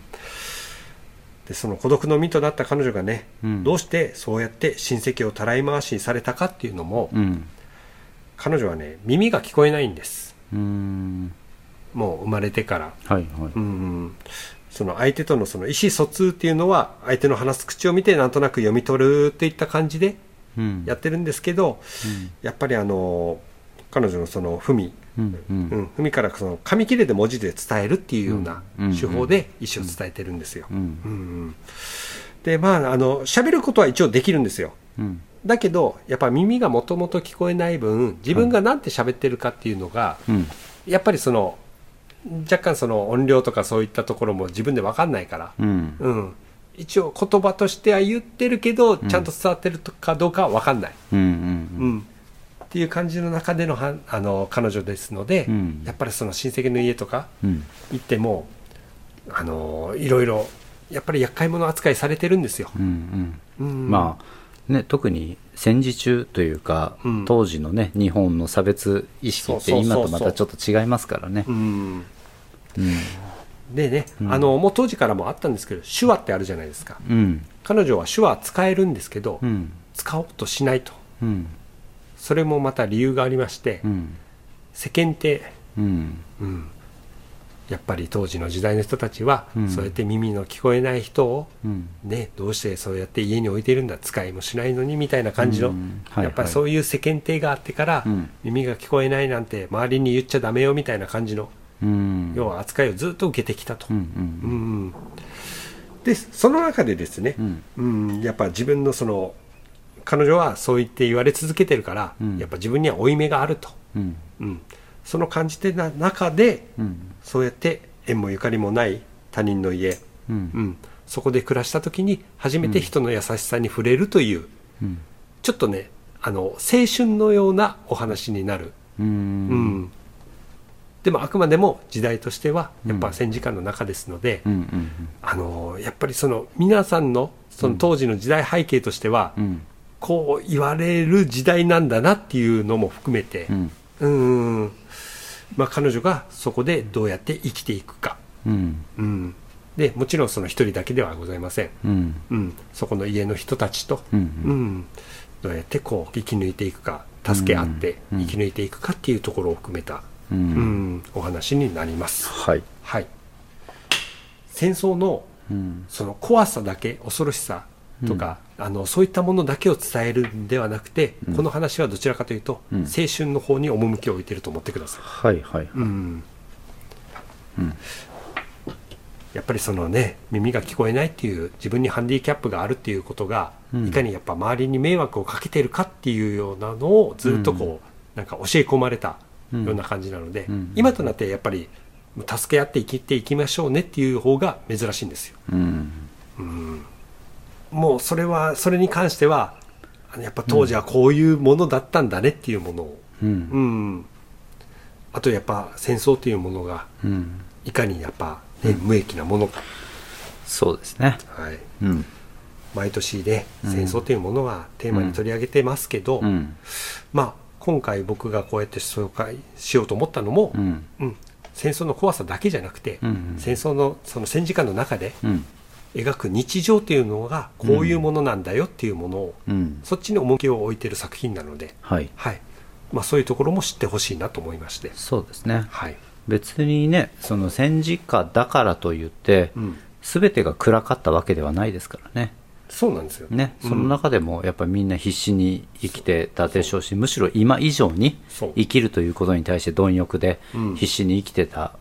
でその孤独の身となった彼女がね、
うん
どうしてそうやって親戚をたらい回しにされたかっていうのも、
うん。
彼女はね耳が聞こえないんです
うん。
もう生まれてから、
はい。はい。
うん、その相手とのその意思疎通っていうのは相手の話す口を見てなんとなく読み取るっていった感じで
うん。
やってるんですけど、やっぱりあの彼女のその文
うんう
う
ん
ん、文からその紙切れで文字で伝えるっていうような
うん
手法で意思を伝えてるんですよ。
うん
うんうんでまああの喋ることは一応できるんですよ。
うん
だけどやっぱ耳がもともと聞こえない分自分がなんて喋ってるかっていうのが、
うん
やっぱりその若干その音量とかそういったところも自分で分かんないから、
うん
うん、一応言葉としては言ってるけどちゃんと伝わってるかどうかは分かんない。
うん
うん、っていう感じの中でのはあの彼女ですので、
うん
やっぱりその親戚の家とか
うん
行ってもあのいろいろやっぱり厄介者扱いされてるんですよ。
うん
うん
まあね特に戦時中というか、
うん
当時のね日本の差別意識って今と
そうそう
ま
そうそう
たちょっと違いますからね
うん
うん
でね、
ん
あのもう当時からもあったんですけど手話ってあるじゃないですか
うん
彼女は手話使えるんですけど、
うん
使おうとしないと
うん
それもまた理由がありまして、
うん
世間体
うん
うん、やっぱり当時の時代の人たちは、
うん
そうやって耳の聞こえない人を、
うん
ね、どうしてそうやって家に置いてるんだ使いもしないのにみたいな感じの、
うんはいはい
やっぱりそういう世間体があってから、
うん
耳が聞こえないなんて周りに言っちゃダメよみたいな感じの、
うん
要は扱いをずっと受けてきたと。
う
うん
うんん
でその中でですね、
ん
うんやっぱ自分のその彼女はそう言って言われ続けてるから、
うん
やっぱ自分には負い目があると。
うん
うん、その感じてな中で、
うん
そうやって縁もゆかりもない他人の家、
うん
うんそこで暮らした時に初めて人の優しさに触れるという、
うん
ちょっとねあの青春のようなお話になる、
う
うん
ん
でもあくまでも時代としてはやっぱ戦時下の中ですので、
うんうん
あのやっぱりその皆さんのその当時の時代背景としては、
うん
こう言われる時代なんだなっていうのも含めて、
うん
うん、まあ、彼女がそこでどうやって生きていくか、
うん
うん、でもちろんその一人だけではございません、
うん
うん、そこの家の人たちと、
うん
うんどうやってこう生き抜いていくか助け合って
うん
生き抜いていくかっていうところを含めた、う
う
んん、お話になります、
はい
はい、戦争の
うん
その怖さだけ恐ろしさとか、あのそういったものだけを伝えるんではなくて、この話はどちらかというと、
うん
青春の方に趣を置いてると思ってください
はいはい
うんやっぱりそのね耳が聞こえないっていう自分にハンディキャップがあるっていうことが、
うん
いかにやっぱ周りに迷惑をかけてるかっていうようなのをずっとこう、なんか教え込まれたような感じなので、
ん
今となってやっぱり助け合って生きていきましょうねっていう方が珍しいんですよ。
うん
もうそれはそれに関してはあのやっぱ当時はこういうものだったんだねっていうものを、
うん
うん、あとやっぱ戦争というものが
うん
いかにやっぱ、ね無益なものか、
そうですね
はい、
うん
毎年ね戦争というものはテーマに取り上げてますけど、
うん
まあ今回僕がこうやって紹介しようと思ったのも、
うん
うん戦争の怖さだけじゃなくて、
うんうん
戦争のその戦時下の中で
うん
描く日常というのがこういうものなんだよっていうものを、
うん
そっちに重きを置いてる作品なので、
はい
はいまあ、そういうところも知ってほしいなと思いまして。
そうですね
はい
別にねその戦時下だからといって、
うん
全てが暗かったわけではないですからね
そうなんですよ
ねその中でもやっぱりみんな必死に生きてたでしょうしむしろ今以上に
そう
生きるということに対して貪欲で
うん
必死に生きてた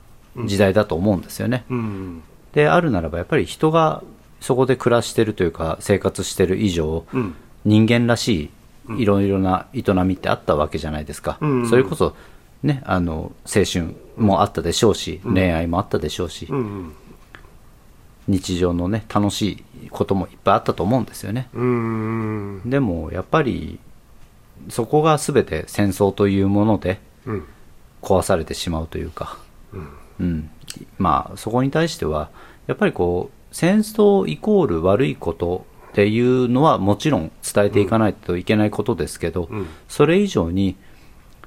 時代だと思うんですよね、
うん
であるならばやっぱり人がそこで暮らしてるというか生活してる以上、
うん
人間らしいいろいろな営みってあったわけじゃないですか、
うんうん
それこそ、ね、あの青春もあったでしょうし、恋愛もあったでしょうし、
うん
日常の、ね、楽しいこともいっぱいあったと思うんですよね、
うん
でもやっぱりそこが全て戦争というもので
うん
壊されてしまうというか、うんまあそこに対してはやっぱりこう戦争イコール悪いことっていうのはもちろん伝えていかないといけないことですけど、
うん
それ以上に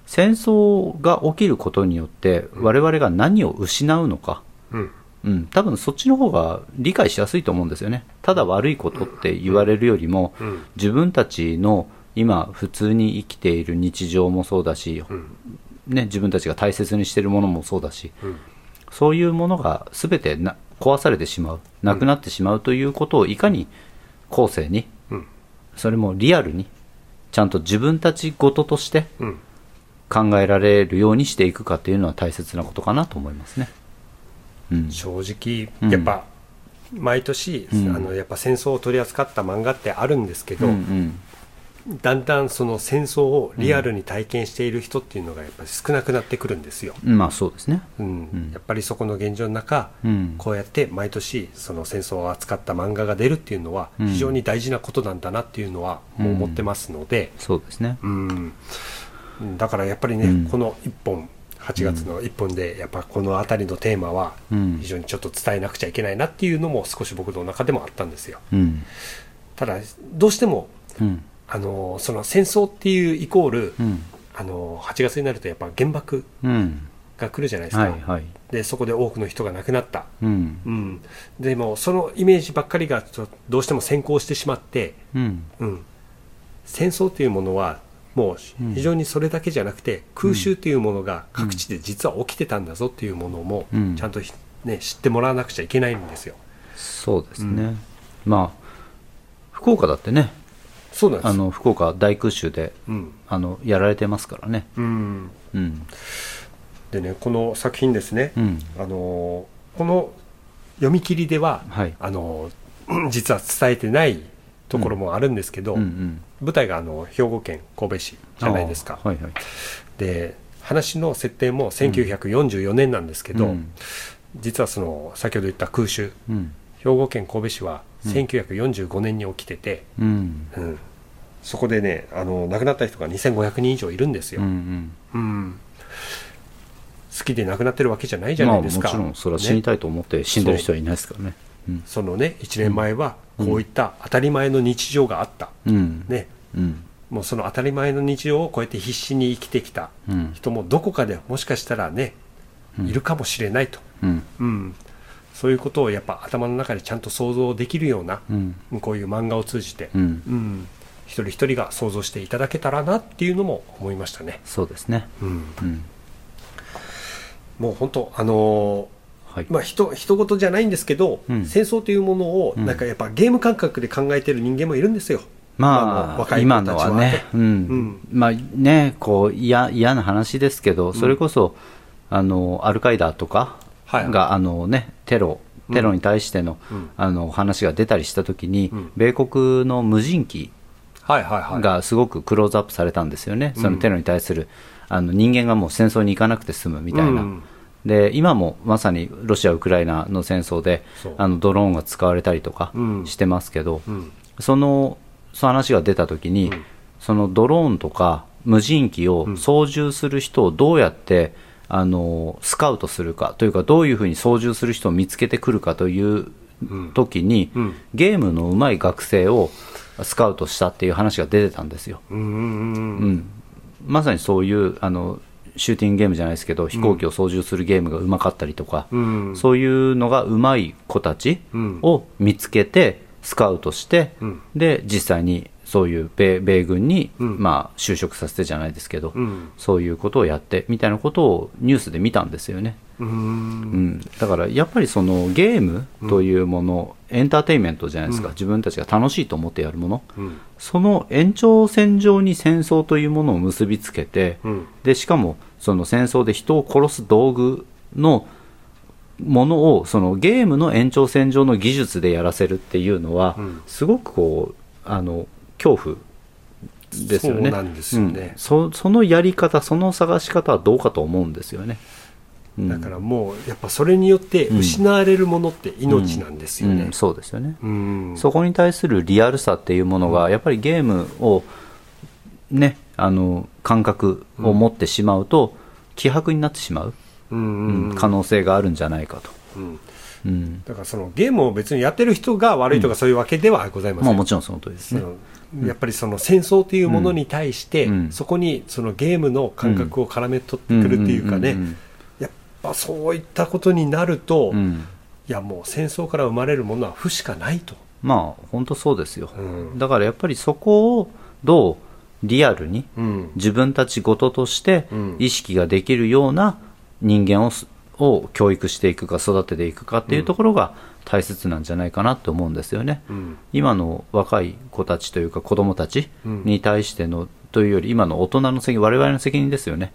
戦争が起きることによって我々が何を失うのか、
うん
うん、多分そっちの方が理解しやすいと思うんですよね。ただ悪いことって言われるよりも、
うん
自分たちの今普通に生きている日常もそうだし、
ん
ね、自分たちが大切にしているものもそうだし、
うん
そういうものが全てな壊されてしまう、なくなってしまうということをいかに後世に、
うん
それもリアルに、ちゃんと自分たちごととして
うん
考えられるようにしていくかっていうのは大切なことかなと思いますね。うん、
正
うん
直やっぱ、毎年、
うん
あのやっぱ戦争を取り扱った漫画ってあるんですけ
う
ど、
んうん
だんだんその戦争をリアルに体験している人っていうのがやっぱり少なくなってくるんですよ、
まあそうですね。
うん
うん
やっぱりそこの現状の中、
うん
こうやって毎年その戦争を扱った漫画が出るっていうのは
うん
非常に大事なことなんだなっていうのはもう思ってますので、
そうですね。
うんだからやっぱりね、
うん
この1本8月の1本でやっぱこの辺りのテーマは
うん
非常にちょっと伝えなくちゃいけないなっていうのも少し僕の中でもあったんですよ
うん。
ただどうしても
うん。
あのその戦争っていうイコール、
うん。
あの8月になるとやっぱ原爆
うん。
が来るじゃないですか、
はいはい。
でそこで多くの人が亡くなった、
うん。
うん、でもそのイメージばっかりがちょっとどうしても先行してしまって、
うん。
うん、戦争というものはも
うん
う非常にそれだけじゃなくて、空襲というものが各地で実は起きてたんだぞというものも
うん
ちゃんとひ、ね、知ってもらわなくちゃいけないんですよ。
そうですね。
う
まあ、福岡だってね、
そうなんです
あの、福岡大空襲で、
うん
あの、やられてますからね。
うん、
うん。
でねこの作品ですね、
うん。
あのーこの読み切りでは、
はい
あの ー実は伝えてないところもあるんですけど、
うんうん。
舞台があの兵庫県神戸市じゃないですか、
あーはいはい。
で話の設定も1944年なんですけど、
うん
実はその先ほど言った空襲
うん。
兵庫県神戸市は1945年に起きてて、
うん。
うんそこでねあの亡くなった人が2500人以上いるんです
う
よ、
んうん。
うん好きで亡くなってるわけじゃないじゃ
ま
な
あ
い
も
です
ち
か、
ろん、それは死にたいと思って死んでる人はいないですからね。うん。
そのね、1年前はこういった当たり前の日常があった、
うん。
ね、
うん。
もうその当たり前の日常をこうやって必死に生きてきた
うん。
人もどこかでもしかしたらね、いるかもしれないと、
うん。
うん、そういうことをやっぱ頭の中でちゃんと想像できるような、
うん。
こういう漫画を通じて、
うん。
うん一人一人が想像していただけたらなっていうのも思いましたね。
そうですね。
うん、
うん。
もう本当あのー
はい。
まあ、ひと一言じゃないんですけど、
うん
戦争というものを
うん
なんかやっぱゲーム感覚で考えてる人間もいるんですよ、
まあ、
若い子
今
たち
のはね、うんまあね、こう嫌嫌な話ですけど、それこそ、あのアルカイダとか
は
が、
い
あのね、テロテロに対しての,、
うん
あの話が出たりしたときに、
うん
米国の無人機
はいはいはい
がすごくクローズアップされたんですよね、そのテロに対するあの人間がもう戦争に行かなくて済むみたいな。
うん
で今もまさにロシア・ウクライナの戦争で
そう
あのドローンが使われたりとか
うん
してますけど、
うん
そのその話が出た時に、
うん
そのドローンとか無人機を操縦する人をどうやって、あのスカウトするかというかどういうふうに操縦する人を見つけてくるかという
うん
時に、
うん
ゲームの上手い学生をスカウトしたっていう話が出てたんですよ、
うんうん
う
うん
ん、まさにそういうあのシューティングゲームじゃないですけど飛行機を操縦するゲームが上手かったりとか、
うん
そういうのが上手い子たち
うん
を見つけて、スカウトして、
うん
で、実際にそういう米米軍に、
うん
まあ、就職させてじゃないですけど、
うん
そういうことをやってみたいなことをニュースで見たんですよね。
うん
うん、だからやっぱりそのゲームというもの、エンターテインメントじゃないですか、自分たちが楽しいと思ってやるもの、
うん
その延長線上に戦争というものを結びつけて、
うん
でしかもその戦争で人を殺す道具のものをそのゲームの延長線上の技術でやらせるっていうのは、
うん
すごくこうあの恐怖ですよね
そうなんですよね
うんそそのやり方その探し方はどうかと思うんですよね、うん
だからもうやっぱそれによって失われるものって命なんですよ
う
ね
ん、そうですよね、
うん
そこに対するリアルさっていうものが、やっぱりゲームを、ね、あの感覚を持ってしまうと、希薄になってしまう、
うん
う
うん
ん可能性があるんじゃないかと、
うん
うん
だからそのゲームを別にやってる人が悪いとかそういうわけではございま
ま
せ
あ、
ん
もちろんその通りですね。
うんやっぱりその戦争というものに対して、
うん
そこにそのゲームの感覚を絡め取ってくるっていうかね、
うんうんうんうん
やっぱそういったことになると、
う
い
ん、
やもう戦争から生まれるものは負しかないと。
まあ本当そうですよ、
うん
だからやっぱりそこをどうリアルに
うん
自分たちごととして
うん
意識ができるような人間をすを教育していくか育てていくかっていうところが大切なんじゃないかなと思うんですよね。
うん
今の若い子たちというか子供たちに対してのというより今の大人の責任我々の責任ですよね、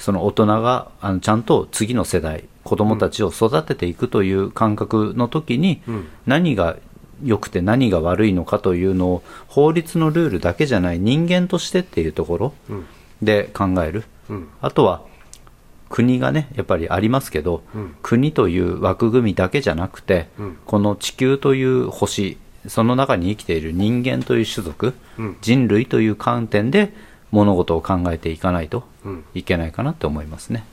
その大人があのちゃんと次の世代子供たちを育てていくという感覚の時に、
ん
何が良くて何が悪いのかというのを法律のルールだけじゃない人間としてっていうところ
うん
で考える、
うん
あとは国がねやっぱりありますけど、
うん
国という枠組みだけじゃなくて、
うん
この地球という星その中に生きている人間という種族、
うん
人類という観点で物事を考えていかないと
うん
いけないかなって思いますね。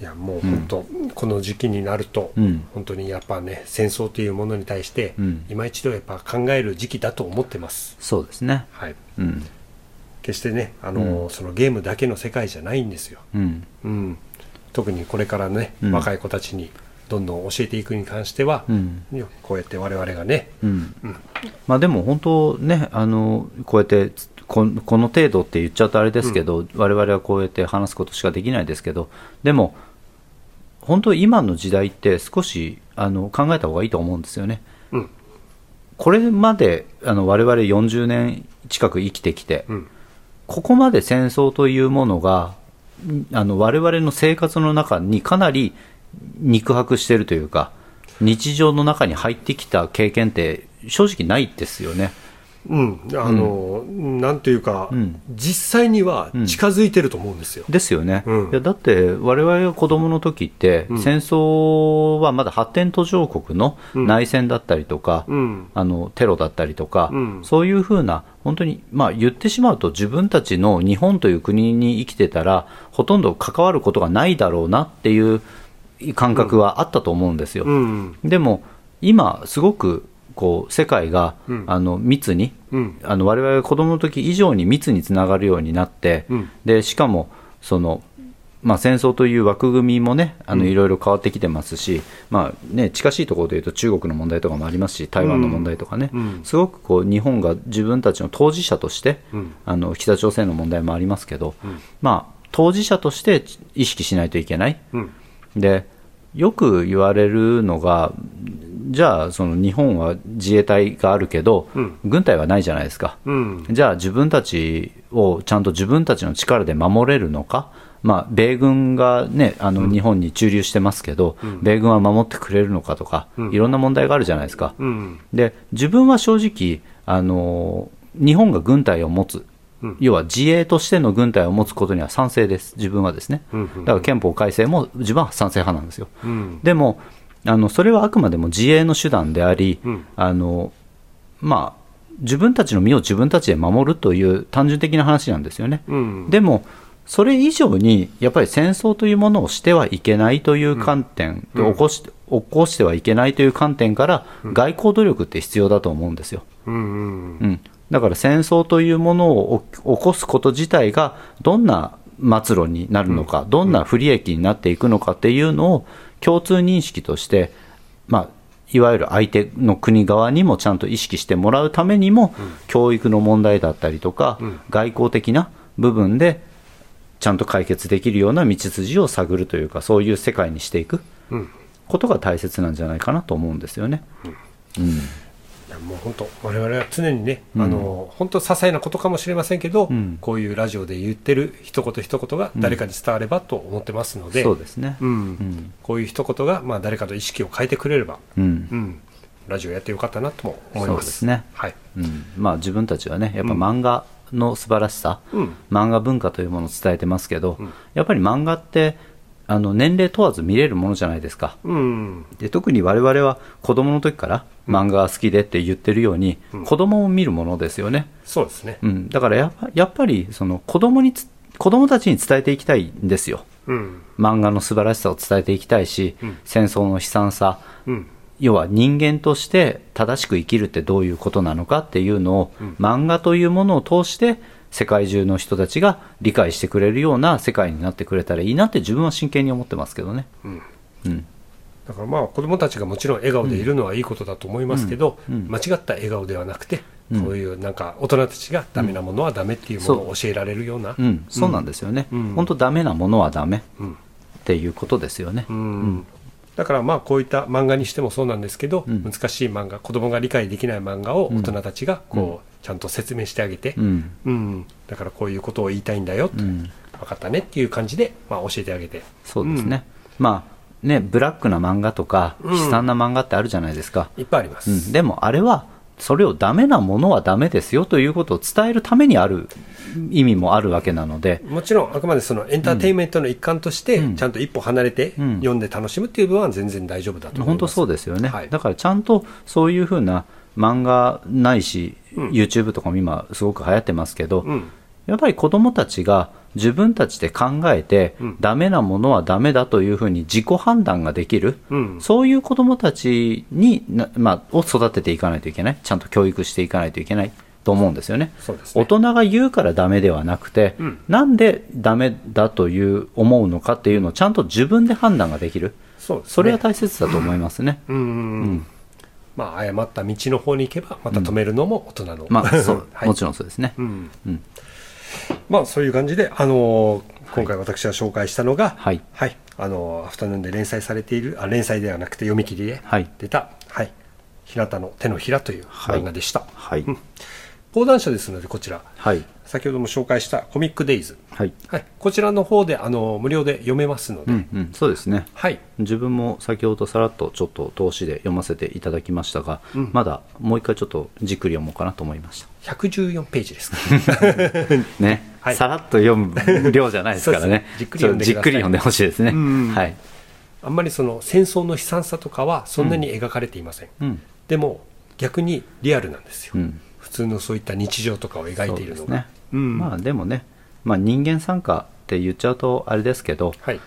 いやもう本当、この時期になると、
うん
本当にやっぱね戦争というものに対して、
うん
今一度やっぱ考える時期だと思ってます、
そうですね。
はい、
うん。
決してねあの、
うん
そのゲームだけの世界じゃないんですよ、
うん。
うん、特にこれからね、
うん
若い子たちにどんどん教えていくに関しては、
うん
こうやって我々がね、
うん。まあでも本当ね、あの、こうやってつこん、この程度って言っちゃうとあれですけど、我々はこうやって話すことしかできないですけど、でも、本当今の時代って少しあの考えた方がいいと思うんですよね。
うん
これまであの我々40年近く生きてきて、
うん
ここまで戦争というものが、んあの我々の生活の中にかなり肉薄してるというか、日常の中に入ってきた経験って、正直ないですよね。
うん、あの、なんというか、
うん
実際には近づいてると思うんですよ。
ですよね、
うん
いやだって、我々が子供の時って、
ん
戦争はまだ発展途上国の内戦だったりとか、
うん、
あのテロだったりとか、
うん
そういうふうな、本当に、まあ、言ってしまうと、自分たちの日本という国に生きてたら、ほとんど関わることがないだろうなっていう感覚はあったと思うんですよ。
うん、
でも、今、すごくこう世界が、
うん
あの密に、
うん、
あの我々が子供の時以上に密につながるようになって、
うん
でしかもその、まあ、戦争という枠組みもねあのいろいろ変わってきてますし、まあね、近しいところでいうと中国の問題とかもありますし台湾の問題とかね、
うん
すごくこう日本が自分たちの当事者として、
うん
あの北朝鮮の問題もありますけど、まあ、当事者として意識しないといけない。
うん、
でよく言われるのがじゃあその日本は自衛隊があるけど、
うん
軍隊はないじゃないですか、
うん、
じゃあ自分たちをちゃんと自分たちの力で守れるのか、まあ、米軍が、ね、あの日本に駐留してますけど、米軍は守ってくれるのかとか、いろんな問題があるじゃないですか、
うん、
で自分は正直、あの日本が軍隊を持つ、
うん
要は自衛としての軍隊を持つことには賛成です、自分はですね、
うんうんうん
だから憲法改正も自分は賛成派なんですよ。
うん、
でもあのそれはあくまでも自衛の手段であり、
うん
あのまあ、自分たちの身を自分たちで守るという単純的な話なんですよね。
うん、
でもそれ以上にやっぱり戦争というものをしてはいけないという観点、
うん
起こし起こしてはいけないという観点から外交努力って必要だと思うんですよ。
うん、
うん、だから戦争というものを起き起こすこと自体がどんな末路になるのか、どんな不利益になっていくのかっていうのを共通認識として、まあ、いわゆる相手の国側にもちゃんと意識してもらうためにも、教育の問題だったりとか、
ん
外交的な部分でちゃんと解決できるような道筋を探るというかそういう世界にしていく
うん。
ことが大切なんじゃないかなと思うんですよね。うん
いやもう本当、我々は常にね、あの本当、些細なことかもしれませんけど、
ん
こういうラジオで言ってる一言一言が誰かに伝わればと思ってますので、
そうですね、
うん
ん
こういう一言が、まあ、誰かの意識を変えてくれれば、
うん
うん、ラジオやってよかったなとも思い
そう
ま。
ですすね、
はい
うんまあ、自分たちはねやっぱ漫画の素晴らしさ、
うん
漫画文化というものを伝えてますけど、やっぱり漫画ってあの年齢問わず見れるものじゃないですか
うん、
で特に我々は子供の時から漫画が好きでって言ってるように、子供も見るものですよね、
そうですね。
うん、だからやっぱやっぱりその子供につ子供たちに伝えていきたいんですよ
うん、
漫画の素晴らしさを伝えていきたいし、
うん
戦争の悲惨さ、
うん、
要は人間として正しく生きるってどういうことなのかっていうのを、漫画というものを通して世界中の人たちが理解してくれるような世界になってくれたらいいなって自分は真剣に思ってますけどね。
うん。
うん、
だからまあ子どもたちがもちろん笑顔でいるのはいいことだと思いますけど、
うんうん
間違った笑顔ではなくて、
うん
こういうなんか大人たちがダメなものはダメっていうものを教えられるような、
うん、そうなんですよね。
うん
本当ダメなものはダメっ
うん
ていうことですよね。
うんだからまあこういった漫画にしてもそうなんですけど、
うん
難しい漫画子どもが理解できない漫画を大人たちがこう、ちゃんと説明してあげて、
うん
うん、だからこういうことを言いたいんだよ、
うん
分かったねっていう感じで、まあ、教えてあげて
そうですね、まあねブラックな漫画とか
うん
悲惨な漫画ってあるじゃないですか、
いっぱいありま
う
す、
ん、でもあれはそれをダメなものはダメですよということを伝えるためにある意味もあるわけなので
もちろんあくまでそのエンターテインメントの一環として、ちゃんと一歩離れて
うん
読んで楽しむっていう分は全然大丈夫だと思います
本当そうですよね、
はい
だからちゃんとそういうふうな漫画ないし、
ん
YouTube とかも今すごく流行ってますけど、
うん
やっぱり子どもたちが自分たちで考えて、
うん
ダメなものはダメだというふうに自己判断ができる、
うん
そういう子どもたちにな、まあ、を育てていかないといけないちゃんと教育していかないといけないと思うんですよね。
そうです
大
ね
人が言うからダメではなくて、
うん
なんでダメだという思うのかっていうのをちゃんと自分で判断ができる、
そうですね
それは大切だと思いますね。
うんうんうんまあ誤った道の方に行けばまた止めるのも大人の、
まあ、 そう、
はい
もちろんそうですね。
うん
うん
まあそういう感じで、あのー今回私が紹介したのが、
はい
あのーアフタヌーンで連載されているあ連載ではなくて読み切りで
はい
出た「はい日向の手のひら」という
はい
漫画でした、
はい。
講談社ですのでこちら
はい。
先ほども紹介した「コミック・デイズ
はい。」
はい、こちらの方で、あのー無料で読めますので、
うん、うん、そうですね。
はい
自分も先ほどさらっとちょっと投資で読ませていただきましたが、まだもう一回ちょっとじっくり読もうかなと思いました。
114ページです か
ね、
はい
さらっと読む量じゃないですからね
そうですじっくり読んで
ちょっとじっくり読んでほしいですね、
ん
はい、
あんまりその戦争の悲惨さとかはそんなに描かれていません、
うん
でも逆にリアルなんですよ、
うん
普通のそういった日常とかを描
そ
いうている
で
の
す
が
ね、
うん
まあでもね、まあ、人間参加って言っちゃうとあれですけど
はい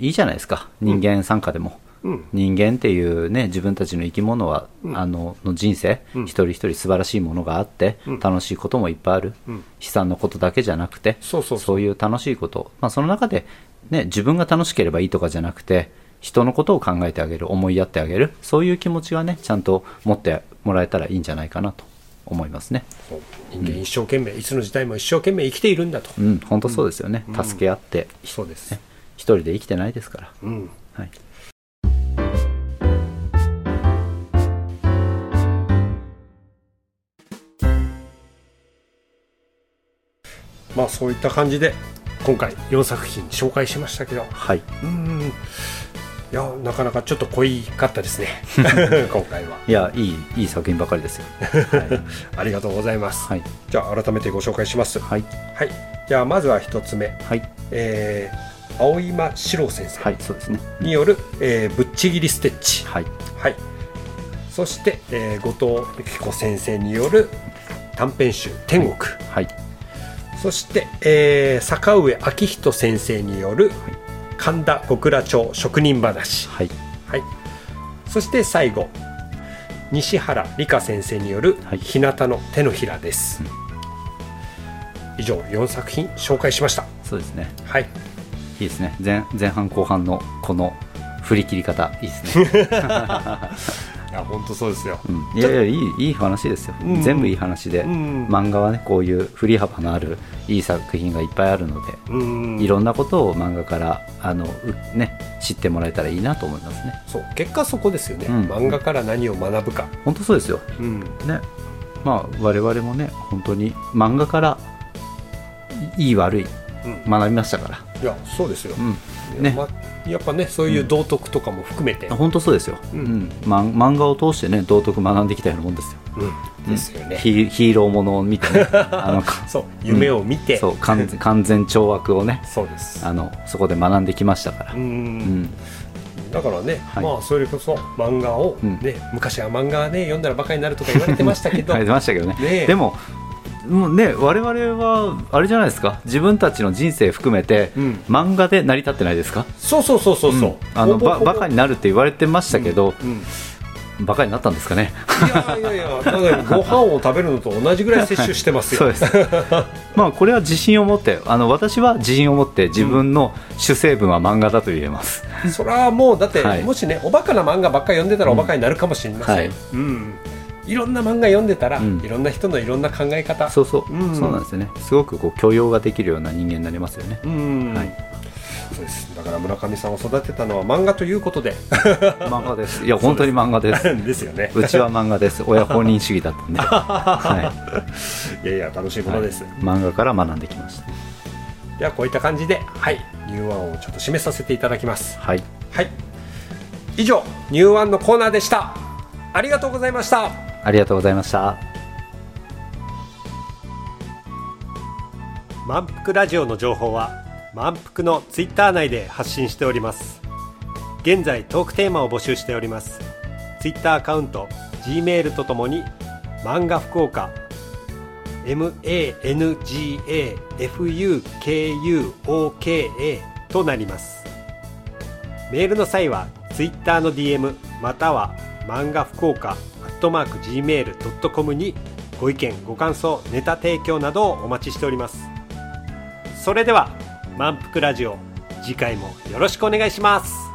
いいじゃないですか人間参加でも、
うん
人間っていうね自分たちの生き物は、
うん
あのの人生、
うん
一人一人素晴らしいものがあって、
うん
楽しいこともいっぱいある、
うん
悲惨なことだけじゃなくて
そうそうそう
いう楽しいこと、まあ、その中で、ね、自分が楽しければいいとかじゃなくて人のことを考えてあげる思いやってあげるそういう気持ちがねちゃんと持ってもらえたらいいんじゃないかなと思いますね
そう人間一生懸命、いつの時代も一生懸命生きているんだと、
うん本当そうですよね、助け合って
そうです、
一人で生きてないですから、
うん、
はい、
まあそういった感じで今回4作品紹介しましたけど
はい、
うんいやなかなかちょっと濃いかった ですね今回はい
やいいいい作品ばかりですよ
ありがとうございます、
はい
じゃあ改めてご紹介しますは
はい
いじゃあまずは1つ目
はい
えー、青今史郎先
は
生
い、そうですね。
による、えーぶっちぎりステッチ、
はい、
はい、そして、えー後藤由紀子先生による短編集「天国」
はい、
そして、えー坂上昭仁先生による神田小倉町職人話、
はい、
はい、そして最後西原理香先生による
は
「
い
日向の手のひら」です、以上4作品紹介しました
そうですね。
はい
いいですね。前前半後半のこの振り切り方、いいです ね。
いや本当そうですよ、
うん、いやいやいいいい話ですよ。
うん
全部いい話で、
うん
漫画はねこういう振り幅のあるいい作品がいっぱいあるので、
うん
いろんなことを漫画からあのうね知ってもらえたらいいなと思いますね。
そう結果そこですよね、
うん
漫画から何を学ぶか、
本当そうですよ。
うん、
ね、まあ我々もね本当に漫画からいい悪い
うん
学びましたから。
いやそうですよ、
うん、ね。
まやっぱねそういう道徳とかも含めて、
本当そうですよ、
う
うんんま漫画を通してね道徳学んできたようなもんですよ、
うんですよね、
ヒーヒーローものを見て、 ね、あのか
そう夢を見て、
そう完全完全懲悪をね
そうです
あのそこで学んできましたから、
う
うん
んだからね、
い
まあそれこそ漫画を、
うん
ね昔は漫画ね読んだらバカになるとか言われてま したけど
書いてましたけどね
ねえ
でももうね我々はあれじゃないですか自分たちの人生含めて、
うん
漫画で成り立ってないですか
そうそうそうそうそう、
んあの
ほぼ
ば
ほぼ
バカになるって言われてましたけど、
うん
バカになったんですかね
いやいやいやだからご飯を食べるのと同じぐらい摂取してますよ
そうですまあこれは自信を持ってあの私は自信を持って自分の主成分は漫画だと言えます、
それはもうだって、
はい
もしねおバカな漫画ばっかり読んでたらおバカになるかもしれません、
はい
うんいろんな漫画読んでたら、
うん
いろんな人のいろんな考え方
そうそう、
うん
そうなんですよねすごくこう許容ができるような人間になりますよね、
うん、
はい
そうですだから村上さんを育てたのは漫画ということで
漫画ですいや本当に漫画です
ですよね
うちは漫画です親本人主義だった んで、はい
やいや楽しいものです、
い、漫画から学んできました
ではこういった感じではいニューワンをちょっと締めさせていただきます
はい
はい以上ニューワンのコーナーでしたありがとうございました
ありがとうございました
満腹ラジオの情報は満腹のツイッター内で発信しております現在トークテーマを募集しておりますツイッターアカウント G メールとともに漫画福岡 mangafukuoka となりますメールの際はツイッターの DM または漫画福岡 gmail.com にご意見ご感想ネタ提供などをお待ちしておりますそれでは満腹ラジオ次回もよろしくお願いします